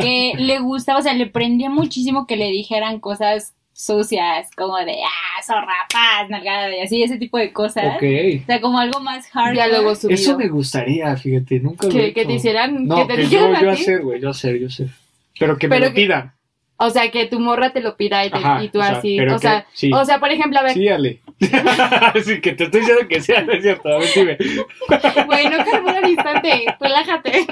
que le gustaba, o sea, le prendía muchísimo que le dijeran cosas sucias, como de, ah, zorrapas, nalgada, y así, ese tipo de cosas.
Ok.
O sea, como algo más hard.
Diálogo subido.
Eso me gustaría, fíjate, nunca lo he
que, que
hecho.
te hicieran,
No,
que
que,
te
yo,
dijeran
yo
a ti.
hacer, güey, yo hacer, yo hacer. Pero que me
Pero
lo
que-
pidan.
O sea, que tu morra te lo pida y, te-
Ajá,
y tú
o sea,
así.
pero
o, sea,
que- sí.
o sea, por ejemplo, a ver,
Sí, Ale. Así que te estoy diciendo que sea, no es cierto. A ver, dime.
Güey, no carbura al instante, relájate.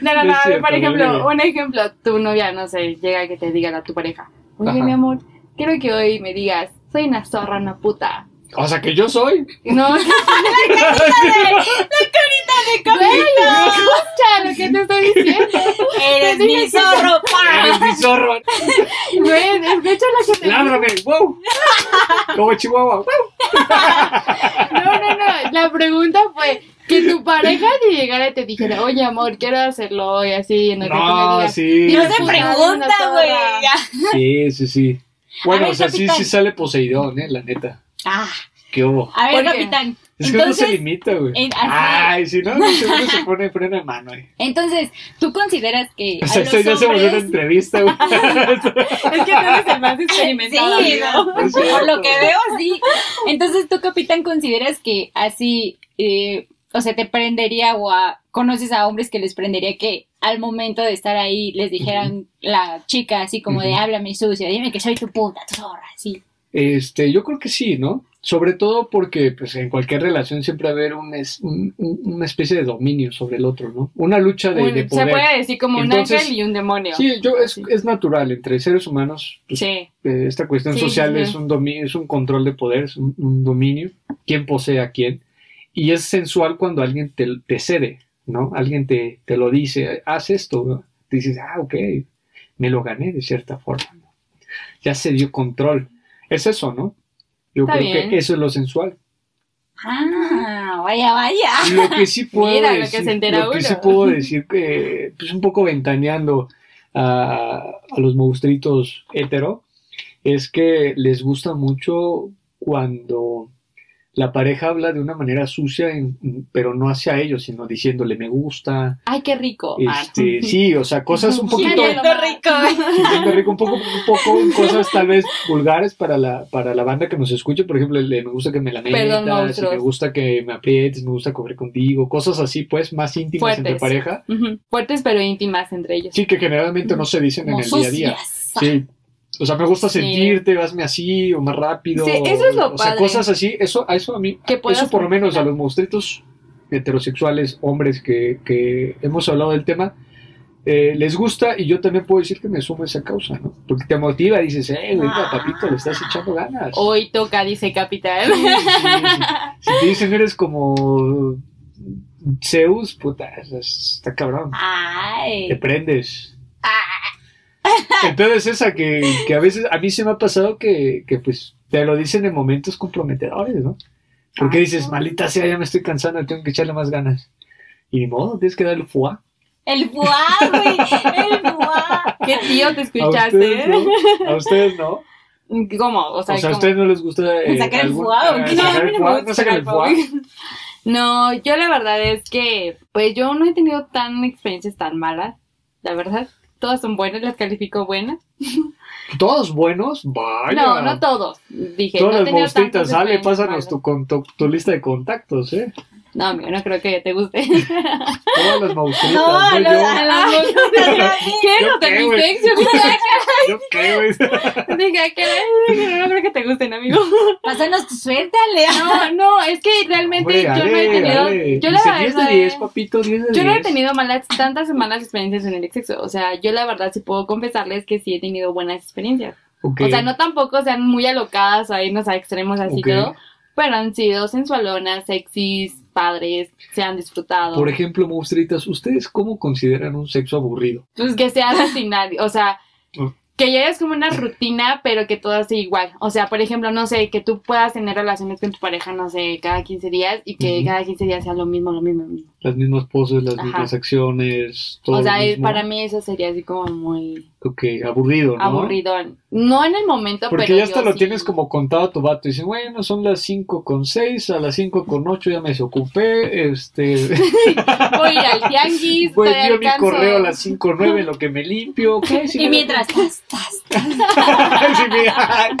No, no, no,
No es
a ver, por
cierto,
ejemplo,
dime.
un ejemplo, tu novia, no sé, llega que te diga a tu pareja, oye,
Ajá.
mi amor, quiero que hoy me digas, soy una zorra, una puta.
O sea, que yo soy.
No,
¡De
Güey, escucha lo que te estoy diciendo.
¡Eres mi zorro!
Eres mi zorro.
Güey, escucha lo que te
Lábrame. Wow. Como Chihuahua. ¡Wow!
No, no, no. La pregunta fue que tu pareja te llegara y te dijera, oye, amor, quiero hacerlo hoy, así. En otra
No,
comedia.
sí.
Y
No
Eres
se
una
pregunta,
zorra.
güey.
Sí, sí, sí. Bueno,
A ver,
o sea, sí,
capitán.
sí sale Poseidón, eh, la neta.
Ah,
Qué hubo.
a ver,
¿Por qué?
capitán.
Es que no se
Entonces,
limita, güey.
en- así.
Ay, si no, no seguro se pone freno de mano, eh.
entonces, ¿tú consideras que
O
a
sea,
los
esto ya se volvió una
hombres...
entrevista, güey.
Es que tú eres el más experimentado.
Sí,
amigo.
no,
Es
por lo
cierto.
que veo, sí. Entonces, ¿tú, capitán, consideras que así, eh, o sea, te prendería o a- conoces a hombres que les prendería que al momento de estar ahí les dijeran la chica así como de
Ujú.
háblame sucio, dime que soy tu puta, tu zorra, así?
Este, yo creo que sí, ¿no? Sobre todo porque, pues, en cualquier relación siempre va a haber un es- un- un- una especie de dominio sobre el otro, ¿no? Una lucha de,
Un-
de
se
poder.
puede decir como
Entonces-
un ángel y un demonio.
Sí, yo, es, es natural, entre seres humanos, pues,
Sí.
eh, esta cuestión
Sí,
social
sí, sí.
es un dominio, es un control de poder, es un, un dominio, quién posee a quién, y es sensual cuando alguien te, te cede, ¿no? Alguien te, te lo dice, haz esto, ¿no? dices, ah, ok, me lo gané de cierta forma, ¿no? ya se dio control, es eso, ¿no? Yo
Está
creo
bien.
que eso es lo sensual.
Ah, vaya, vaya.
Lo que sí puedo
Mira lo que
decir,
se entera
lo que
uno.
sí puedo decir que, pues un poco ventaneando a, a los monstruitos hetero, es que les gusta mucho cuando la pareja habla de una manera sucia, en- pero no hacia ellos, sino diciéndole me gusta,
Ay, qué rico. Ah,
este, sí, o sea, cosas un
Sí,
poquito,
ya lo más.
diciendo rico, un poco, un poco cosas tal vez vulgares para la, para la banda que nos escuche, por ejemplo, el de me gusta que me la
Perdón,
metas, y
monstruos.
me gusta que me aprietes, me gusta comer contigo, cosas así pues más íntimas entre
Fuertes.
pareja,
Ujú. Fuertes pero íntimas entre ellos.
sí que generalmente no se dicen en
Como
el día a día.
sucias.
Sí. O sea, me gusta
Sí.
sentirte, hazme así o más rápido.
Sí, eso es lo
o sea,
padre.
cosas así, eso a eso a mí
Que puedas
eso por lo menos a
controlar.
los monstruitos heterosexuales, hombres que, que hemos hablado del tema, eh, les gusta y yo también puedo decir que me sumo a esa causa, ¿no? Porque te motiva, dices, eh, güey,
Ah.
papito, le estás echando ganas.
Hoy toca, dice Capital.
Sí, sí. Si te dicen eres como Zeus, puta, está cabrón,
Ay.
te prendes.
Ah,
Entonces esa que, que a veces a mí se me ha pasado que, que pues te lo dicen en momentos comprometedores, ¿no? Porque dices, malita sea, ya me estoy cansando, tengo que echarle más ganas. Y ni modo, tienes que darle fuá.
el fuá, güey. El fuá.
¿Qué tío te
A
escuchaste?
ustedes no. A ustedes no.
¿Cómo? O
O
sea,
sea, a
¿cómo?
ustedes no les gusta. eh,
¿Sacar el
algún-
fuá o
ah,
qué?
No,
sacar
a mí no
el
me
fuá,
gusta
¿No sacan el
sacar
fuá?
el No, yo la verdad es que, pues yo no he tenido tan experiencias tan malas, la verdad. Todas son buenas, las califico buenas.
Todos buenos, vaya.
No, no todos. Dije,
Todas
no he
las
tenido
monstruitas,
tantas
sale,
experiencias
pásanos
malas.
tu, con- tu, tu lista de contactos, ¿eh?
No, amigo, no creo que te guste.
Todas las monstruitas.
No, a
yo,
los- a las monstruitas.
¿Qué?
Yo
¿No te
qué, güey.
viste? Yo dije, "Ah,
yo qué, güey.
dije, ¿qué? No creo que te gusten, amigo.
Pásanos tu suerte, Lea.
No, no, es que realmente
Hombre,
yo
ale,
no he tenido...
ale.
Yo
Dice
la
10
verdad
de 10,
es-
papito, 10 de 10.
Yo no he tenido malas, tantas malas experiencias en el sexo. O sea, yo la verdad sí puedo confesarles que sí he tenido buenas experiencias.
Ok.
O sea, no tampoco sean muy alocadas o irnos a extremos así
Ok.
todo, pero han sido sensualonas, sexys, padres, se han disfrutado.
Por ejemplo, monstruitas, ¿ustedes cómo consideran un sexo aburrido?
Pues que se hacen sin nadie, o sea,
Mm.
que ya es como una rutina, pero que todo sea igual. O sea, por ejemplo, no sé, que tú puedas tener relaciones con tu pareja, no sé, cada 15 días y que
Ujú.
cada 15 días sea lo mismo, lo mismo, lo mismo.
Las mismas poses, las
Ajá.
mismas acciones, todo.
o sea,
lo
es-
mismo.
para mí eso sería así como muy
Ok, aburrido, ¿no?
aburridón. No en el momento,
Porque
pero
ya hasta
yo
lo
sí.
tienes como contado a tu vato. Dicen, bueno, son las 5 con 6, a las 5 con 8 ya me desocupé. Este,
Voy a ir al tianguis,
voy
todavía
yo mi
alcanzo.
correo a las 5 o 9, lo que me limpio. ¿qué? Si
Y
me-
mientras, tas, tas,
Sí, mira,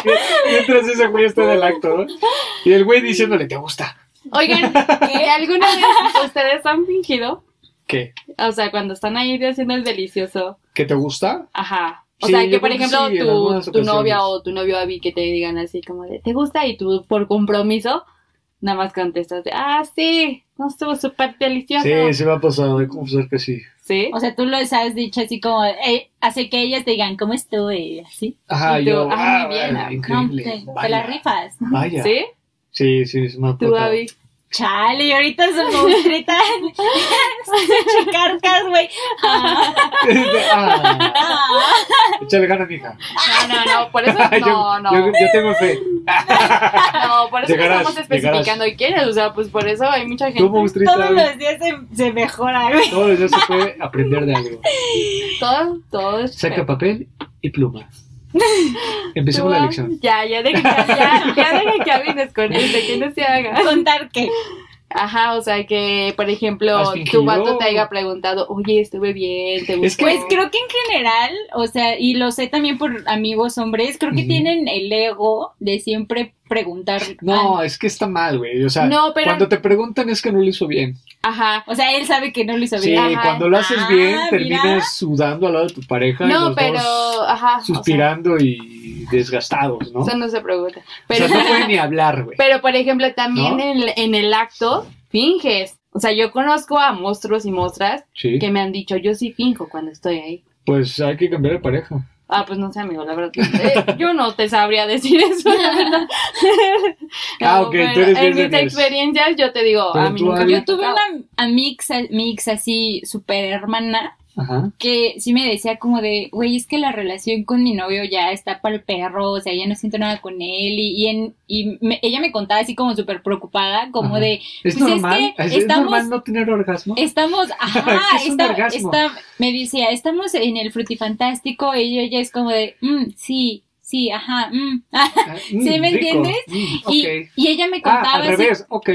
mientras ese güey está en el acto, ¿no? Y el güey diciéndole, ¿te gusta?
Oigan, ¿y alguna vez ustedes han fingido?
¿Qué?
O sea, cuando están ahí haciendo el delicioso.
¿Que te gusta?
Ajá. O
Sí,
sea,
yo
que por
creo que
ejemplo
sí, en algunas
tu, tu novia
ocasiones.
o tu novio Abby que te digan así como de, ¿te gusta? Y tú por compromiso nada más contestas de, ah, sí, no estuvo súper delicioso.
Sí, se me ha pasado, de confesar que sí.
¿Sí?
O sea, tú lo has dicho así como, eh, hace que ellas te digan, ¿cómo estuve? Así.
Ajá,
Y tú,
yo.
ah, muy
vaya,
bien, ah,
No,
increíble.
te, te
vaya,
la rifas.
Vaya.
¿Sí?
Sí, sí, es más
Tú, Abby.
Chale, y ahorita su monstruita. Chicarcas, güey. Ah,
ah,
ah.
échale ganas, mija.
No, no, no, por eso no,
yo,
no.
Yo, yo tengo fe.
No, por eso no
Llegarás,
estamos especificando quién es, o sea, pues por eso hay mucha gente.
Tú, monstruita.
Todos los días se, se mejora, güey.
Todos los días se puede aprender de algo.
Todo, todo es
Saca papel y pluma. Empecemos la lección.
Ya, ya deja que, ya, ya deja que Abby con este, que no se haga.
Contar que.
Ajá, o sea, que, por
¿Has
ejemplo,
fingido?
tu vato te haya preguntado, oye, estuve bien, te gustó.
Es que-
Pues creo que en general, o sea, y lo sé también por amigos hombres, creo que
Ujú.
tienen el ego de siempre preguntar.
No,
Ah,
es que está mal, güey. O sea,
No, pero-
cuando te preguntan es que no lo hizo bien.
Ajá.
o sea, él sabe que no lo hizo
Sí,
bien.
Ajá.
cuando lo haces
Ah,
bien,
mira.
terminas sudando al lado de tu pareja. y
No,
los
pero,
dos
ajá. o sea,
suspirando y desgastados, ¿no?
eso no se pregunta. Pero,
o sea, no pueden ni hablar, güey.
pero por ejemplo, también
¿No?
en, el- en el acto, finges. O sea, yo conozco a monstruos y monstras
Sí.
que me han dicho, yo sí finjo cuando estoy ahí.
Pues hay que cambiar de pareja.
Ah, pues no sé, amigo, la verdad. eh, yo no te sabría decir eso, la verdad.
Ah,
No,
ok,
pero
tú eres bien
En
de
mis
diez.
experiencias, yo te digo,
Pero
a mí
tú,
nunca
Abby.
me
Yo
ha
tuve
tocado.
una amix, mix así, super hermana,
Ajá.
que sí me decía como de, güey, es que la relación con mi novio ya está para el perro, o sea, ya no siento nada con él, y, y, en- y me- ella me contaba así como súper preocupada, como
Ajá.
de,
¿Es
Pues es
normal?
que
¿Es,
estamos-
normal no tener orgasmo?
Estamos, ajá,
Es un
está-
orgasmo.
está- me decía, estamos en el frutifantástico y yo ya es como de, mm, sí, sí, ajá, mm.
Ah, mm,
¿sí me
rico.
entiendes?
Mm,
y,
ok.
y ella me
Ah,
contaba
al
así,
revés, ok.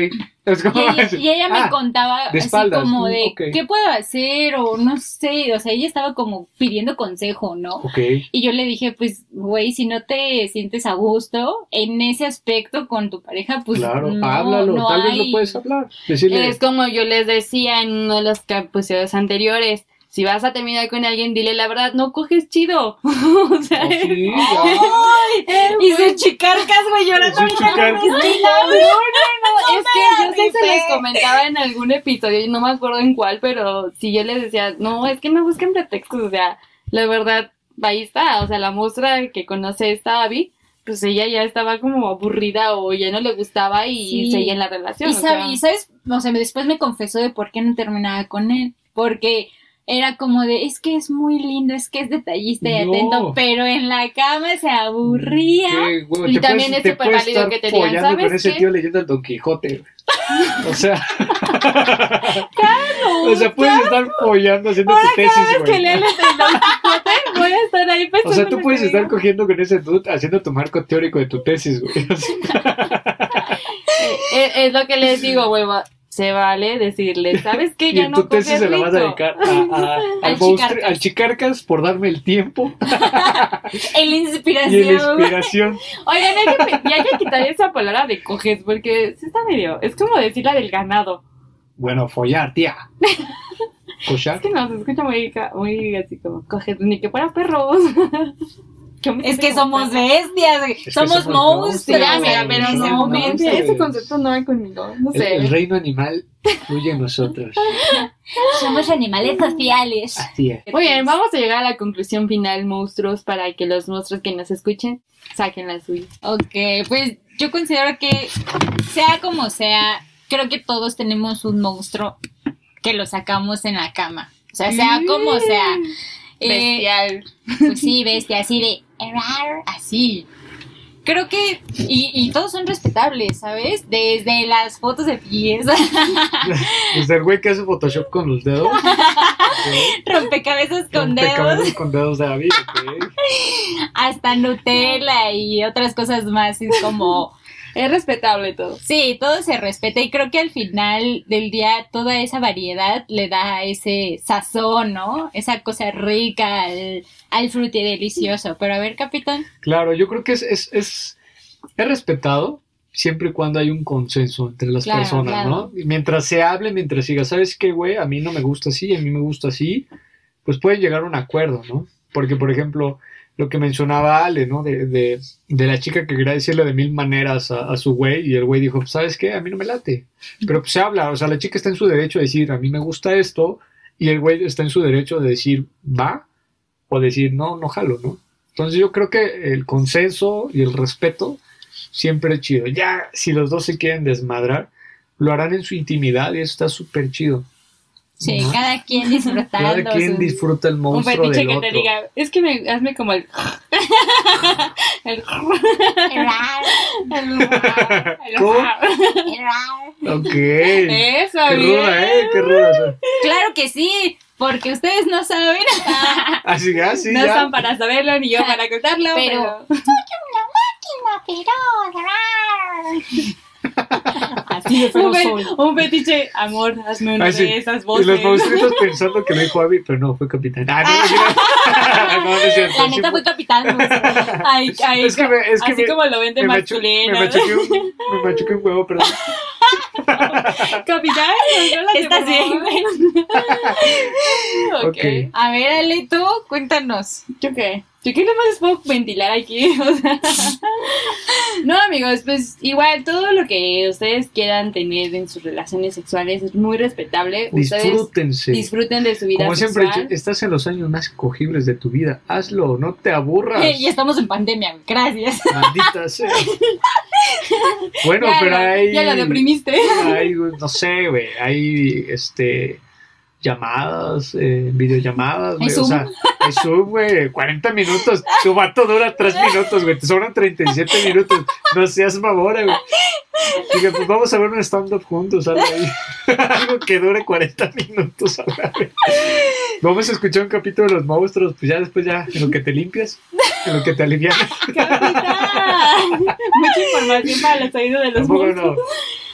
Es
y
como
ella, y ella me
Ah,
contaba así
de espaldas,
como
mm,
de,
ok.
¿qué puedo hacer? O no sé, o sea, ella estaba como pidiendo consejo, ¿no?
Ok.
Y yo le dije, pues, güey, si no te sientes a gusto en ese aspecto con tu pareja, pues
claro,
no,
háblalo,
no
tal vez
hay-
lo puedes hablar. Decirle,
Es como yo les decía en uno de los episodios anteriores. Si vas a terminar con alguien, dile la verdad, no coges chido. o sea,
"Oh,
es-
sí, ya". pues,
Y sus chicarcas, güey, llorando
Sus
ahorita con
chicarcas.
Cristina, güey.
es que yo sí
mames.
se les comentaba en algún episodio, y no me acuerdo en cuál, pero si yo les decía, no, es que me busquen pretextos, o sea, la verdad, ahí está, o sea, la muestra que conoce esta Abby, pues ella ya estaba como aburrida o ya no le gustaba y
Sí.
seguía en la relación.
Y,
o
sab-
sea.
y sabes, o sea, después me confesó de por qué no terminaba con él. Porque era como de, es que es muy lindo, es que es detallista y
No. Mm,
atento, pero en la cama se aburría.
Qué huevo,
Y
te
también
puedes-
es
te
súper
puedes
válido
estar
que te digan,
follando
"¿Sabes
con ese
qué?".
tío leyendo el Don Quijote. güey. O sea, o sea, puedes estar follando haciendo tu tesis,
que lea el
güey.
de Don Quijote, voy a estar ahí pensando.
O sea,
en lo
tú
que
puedes
diga.
estar cogiendo con ese dude haciendo tu marco teórico de tu tesis, güey. O sea,
Eh, Es, lo que les digo, huevo. Se vale decirle, ¿sabes qué?
y
Ya
en
no
tu tesis
coges
se la vas a
rico.
dedicar a, a- al,
Al
monstru-
Chicarcas.
al chicarcas por darme el tiempo
El inspiración.
y la inspiración.
Oigan, hay que, pe- y hay que quitar esa palabra de coges, porque sí está medio. Es como decir la del ganado.
Bueno, follar, tía.
Es
Cochar.
que no, se escucha muy, ca- muy así como coges, ni que fuera perros. Que me
es que
siento como
somos
perro.
bestias, güey.
que
somos,
somos
monstruos.
monstruos,
güey,
Ya, mira, pero
en ese
no, no,
momento.
monstruos.
ese concepto no va conmigo. No
El,
sé.
el reino animal fluye en nosotros.
Somos animales sociales.
Así es.
Muy bien, vamos a llegar a la conclusión final, monstruos, para que los monstruos que nos escuchen saquen la suya.
Ok, pues yo considero que sea como sea, creo que todos tenemos un monstruo que lo sacamos en la cama. O sea, sea como sea. Eh,
Mm. Bestial.
pues sí, bestia, así de "Errar", así. Creo que, y, y todos son respetables, ¿sabes? Desde las fotos de pies,
Desde el güey que hace Photoshop con los dedos. ¿ok?
rompecabezas con dedos,
Rompecabezas Con dedos de David, ¿ok?
hasta Nutella y otras cosas más. Es como,
Es respetable todo.
Sí, todo se respeta y creo que al final del día toda esa variedad le da ese sazón, ¿no? Esa cosa rica al, al frutti delicioso. Pero a ver, capitán.
Claro, yo creo que es, es, es, es respetado siempre y cuando hay un consenso entre las
Claro,
personas,
claro.
¿no? Y mientras se hable, mientras siga, ¿sabes qué, güey? A mí no me gusta así, a mí me gusta así, pues pueden llegar a un acuerdo, ¿no? Porque, por ejemplo, lo que mencionaba Ale, ¿no? De, de, de la chica que quería decirle de mil maneras a, a su güey y el güey dijo, ¿sabes qué? A mí no me late. Pero pues se habla, o sea, la chica está en su derecho de decir, a mí me gusta esto, y el güey está en su derecho de decir, va, o decir, no, no jalo, ¿no? Entonces yo creo que el consenso y el respeto siempre chido. Ya, si los dos se quieren desmadrar, lo harán en su intimidad y eso está súper chido.
Sí,
Ajá.
cada quien disfrutando.
Cada quien
su-
disfruta el
Un
monstruo
fetiche
del
que
otro.
te diga, es que me, hazme como el... el...
Rar,
el-
¿Cómo?
rar.
Ok.
Eso,
Qué
bien.
ruda, ¿eh? Qué ruda. o sea.
Claro que sí, porque ustedes no saben.
Así que, así
No
ya.
están para saberlo ni yo para contarlo,
Pero-
pero...
Así de
Un,
feroz
fe-
soy.
un fetiche, amor, hazme una
Ay, Ah, sí.
de esas
Y los
voces.
monstruitos pensando que lo dijo Abby, pero no, fue capitán. Ah, no, no, no, no es cierto.
La
sí
neta
fue-
fue capitán. no sé.
Ay, ay,
Es que me- es que
así
me-
como lo venden
me, machu-
masculino.
me machuqué un, me machuqué un huevo, perdón.
Capitán, contrólate,
Estás
por
bien,
favor.
güey.
Ok.
Ok.
A ver, Ale, tú, cuéntanos.
¿Yo qué? ¿Yo qué nomás les puedo ventilar aquí? O sea, no, amigos, pues igual todo lo que ustedes quieran tener en sus relaciones sexuales es muy respetable. Ustedes
Disfrútense.
disfruten de su vida
Como siempre, he
sexual.
dicho, estás en los años más cogibles de tu vida. Hazlo, no te aburras.
Y estamos en pandemia, güey, gracias.
Maldita sea. Bueno,
ya,
pero
lo-
hay.
ya lo deprimiste.
hay, no sé, güey. Hay este. Llamadas, eh, videollamadas, güey.
Hay
O
Zoom.
sea, hay Zoom, güey. 40 minutos. Tu vato dura 3 minutos, güey. Te sobran 37 minutos. No seas mamona, güey. Dije, pues vamos a ver un stand-up juntos, algo ahí. algo que dure 40 minutos, a la vez. Vamos a escuchar un capítulo de los monstruos, pues ya después ya, en lo que te limpias, en lo que te alivias.
Capitán. Mucha información para los oídos de los
Tampoco
monstruos.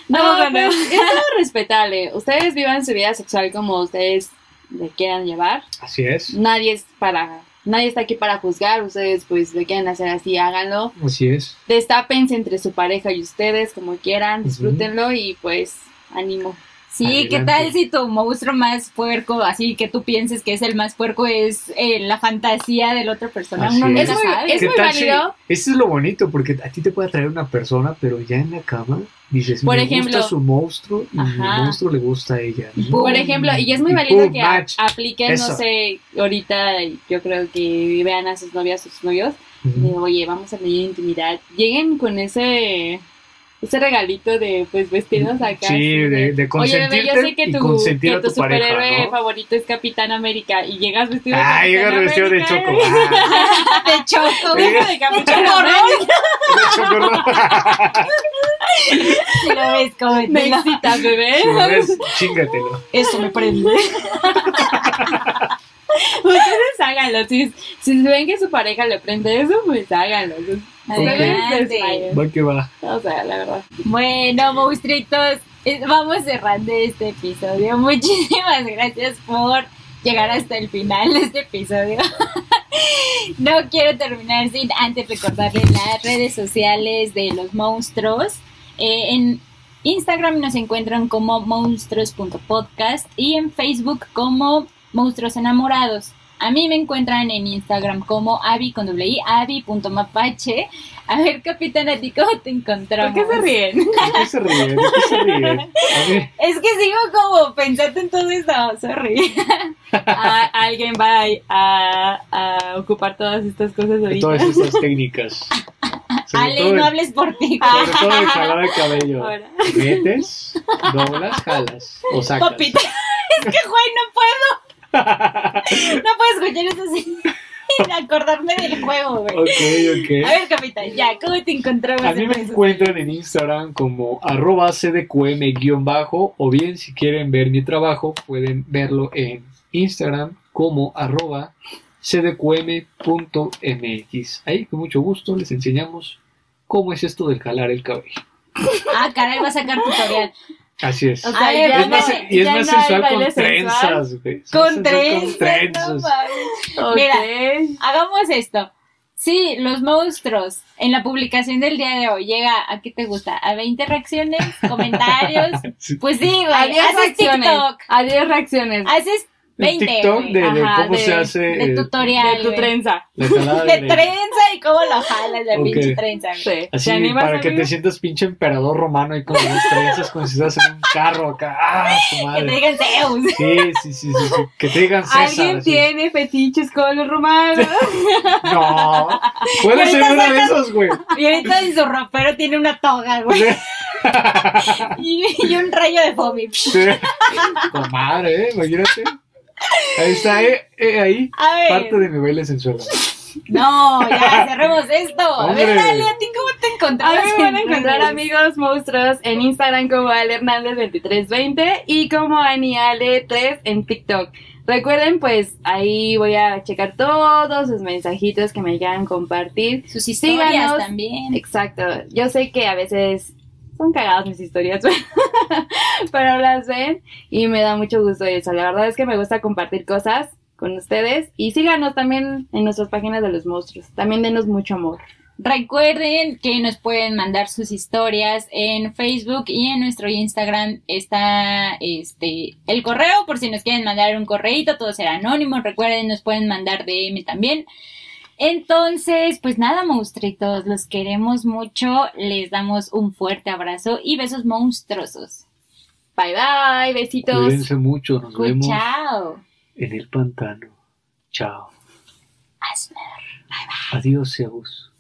no.
No,
No,
pero
no.
es todo respetable. Ustedes vivan su vida sexual como ustedes le quieran llevar.
Así es,
Nadie es para, nadie está aquí para juzgar. Ustedes pues lo quieren hacer así, háganlo.
así es.
Destápense entre su pareja y ustedes como quieran,
Ujú.
disfrútenlo y pues ánimo.
Sí, ¿qué
Adelante.
tal si tu monstruo más puerco, así que tú pienses que es el más puerco, es eh, la fantasía de la otra persona?
Así
Uno no
es.
lo
Es muy-
sabe.
es- muy válido.
Eso es lo bonito, porque a ti te puede atraer una persona, pero ya en la cama dices,
Por
me
ejemplo.
gusta su monstruo y mi
Ajá.
monstruo le gusta a ella. ¿no?
Por ejemplo, y es muy
Y
válido
pum,
que a-
match.
apliquen,
Eso.
no sé, ahorita yo creo que vean a sus novias, a sus novios, de,
Ujú.
oye, vamos a pedir intimidad. Lleguen con ese ese regalito de pues vestidos acá.
Mm, Sí,
así
de, de
Oye, bebé,
consentirte
yo sé que
y
tu,
consentir
que
a
tu,
tu pareja,
superhéroe
¿no?
favorito es Capitán América y llegas vestido de
Ah, llega
Capitán
vestido de
América,
choco.
¿eh?
Ah,
Te choco, güey.
Llega-
de Capitán
Chocorrol.
América.
de choco, ¿no?
Si lo ves,
Me
cómetelo.
excitas, bebé.
Si lo ves, chíngatelo.
Eso me prende.
Ustedes háganlo. Si, si ven que su pareja le prende eso, pues háganlo. Ustedes
Adelante.
desmayen.
Va que va.
O sea, la verdad.
Bueno, monstruitos, eh, vamos cerrando este episodio. Muchísimas gracias por llegar hasta el final de este episodio. No quiero terminar sin antes recordarles las redes sociales de los monstruos. Eh, en Instagram nos encuentran como monstruos.podcast y en Facebook como monstruos enamorados. A mí me encuentran en Instagram como Abby con doble I, Abby.mapache. A ver, capitán, ¿a ti cómo te
¿Por
encontramos?
qué se ríen?
¿De qué se ríe? ¿De qué se ríe? A ver,
Es que sigo como pensando en todo esto, sorry.
Ah, alguien va a, a ocupar todas estas cosas
de
ahorita.
todas esas técnicas. Sobre
Ale,
todo-
no hables por ti.
Sobre todo de jalada de cabello.
Ahora.
Metes, doblas, jalas o sacas.
Papita, es que güey, no puedo. No puedo escuchar eso sin, sin acordarme del juego, güey.
Ok, ok.
A ver, capitán, ya, ¿cómo te encontramos?
A mí
en
me
redes
encuentran en Instagram como arroba cdqm-bajo o bien si quieren ver mi trabajo pueden verlo en Instagram como arroba cdqm.mx. Ahí con mucho gusto les enseñamos cómo es esto del jalar el cabello.
sociales? Ah, caray, va a sacar tutorial.
Así es.
O
A
sea,
ver,
ya
Y es
no,
más, y es
ya
más
no hay
sensual
baile
con
sensual.
trenzas, güey. Es más
Con
sensual
tres.
Con trenzas.
Mira.
Ok.
Hagamos esto. Sí, los monstruos. En la publicación del día de hoy llega, ¿a qué te gusta? ¿A 20 reacciones? ¿Comentarios?
Sí.
Pues sí, güey.
Adiós
Haces
reacciones.
TikTok.
Adiós reacciones.
Haces
El
20.
TikTok
güey.
de, de
Ajá,
cómo
de-
se hace
de
eh,
tutorial.
de tu
güey.
trenza.
la jalada
De
de-
trenza y cómo lo jalas la
Ok.
pinche trenza. güey.
Sí.
Así
¿Te animas,
para que
amigo?
te sientas pinche emperador romano y con las trenzas como si estás en un carro acá. ¡Ah, su
Que te
madre!
digan Zeus.
Sí, sí, sí, sí, sí. Que te digan César.
¿Alguien
así.
tiene fetiches con los romanos?
No, Puede ser
ahorita
una de
sacas-
esos, güey.
Y ahorita en su ropero tiene una toga, güey. Y, y un rayo de foamy.
Sí. Comadre, ¿eh? Imagínate. Ahí está, eh, eh, ahí.
A ver.
Parte de mi baile sensual.
No, ya, cerremos esto. A ver,
Hombre.
dale, a ti cómo te
A
encontramos.
mí me van a
en
encontrar
redes?
amigos monstruos en Instagram como Ale Hernández 2320 y como aniale 3 en TikTok. Recuerden, pues ahí voy a checar todos sus mensajitos que me llegan a compartir.
Sus historias
Síganos.
también.
Exacto, yo sé que a veces son cagadas mis historias, pero las ven y me da mucho gusto eso. La verdad es que me gusta compartir cosas con ustedes y síganos también en nuestras páginas de los monstruos. También denos mucho amor.
Recuerden que nos pueden mandar sus historias en Facebook y en nuestro Instagram está este el correo por si nos quieren mandar un correito, todo será anónimo. Recuerden, nos pueden mandar DM también. Entonces, pues nada, monstruitos, los queremos mucho, les damos un fuerte abrazo y besos monstruosos.
Bye bye, besitos.
Cuídense mucho. Nos vemos
Chao.
en el pantano. Chao.
Hazme
Adiós, Zeus.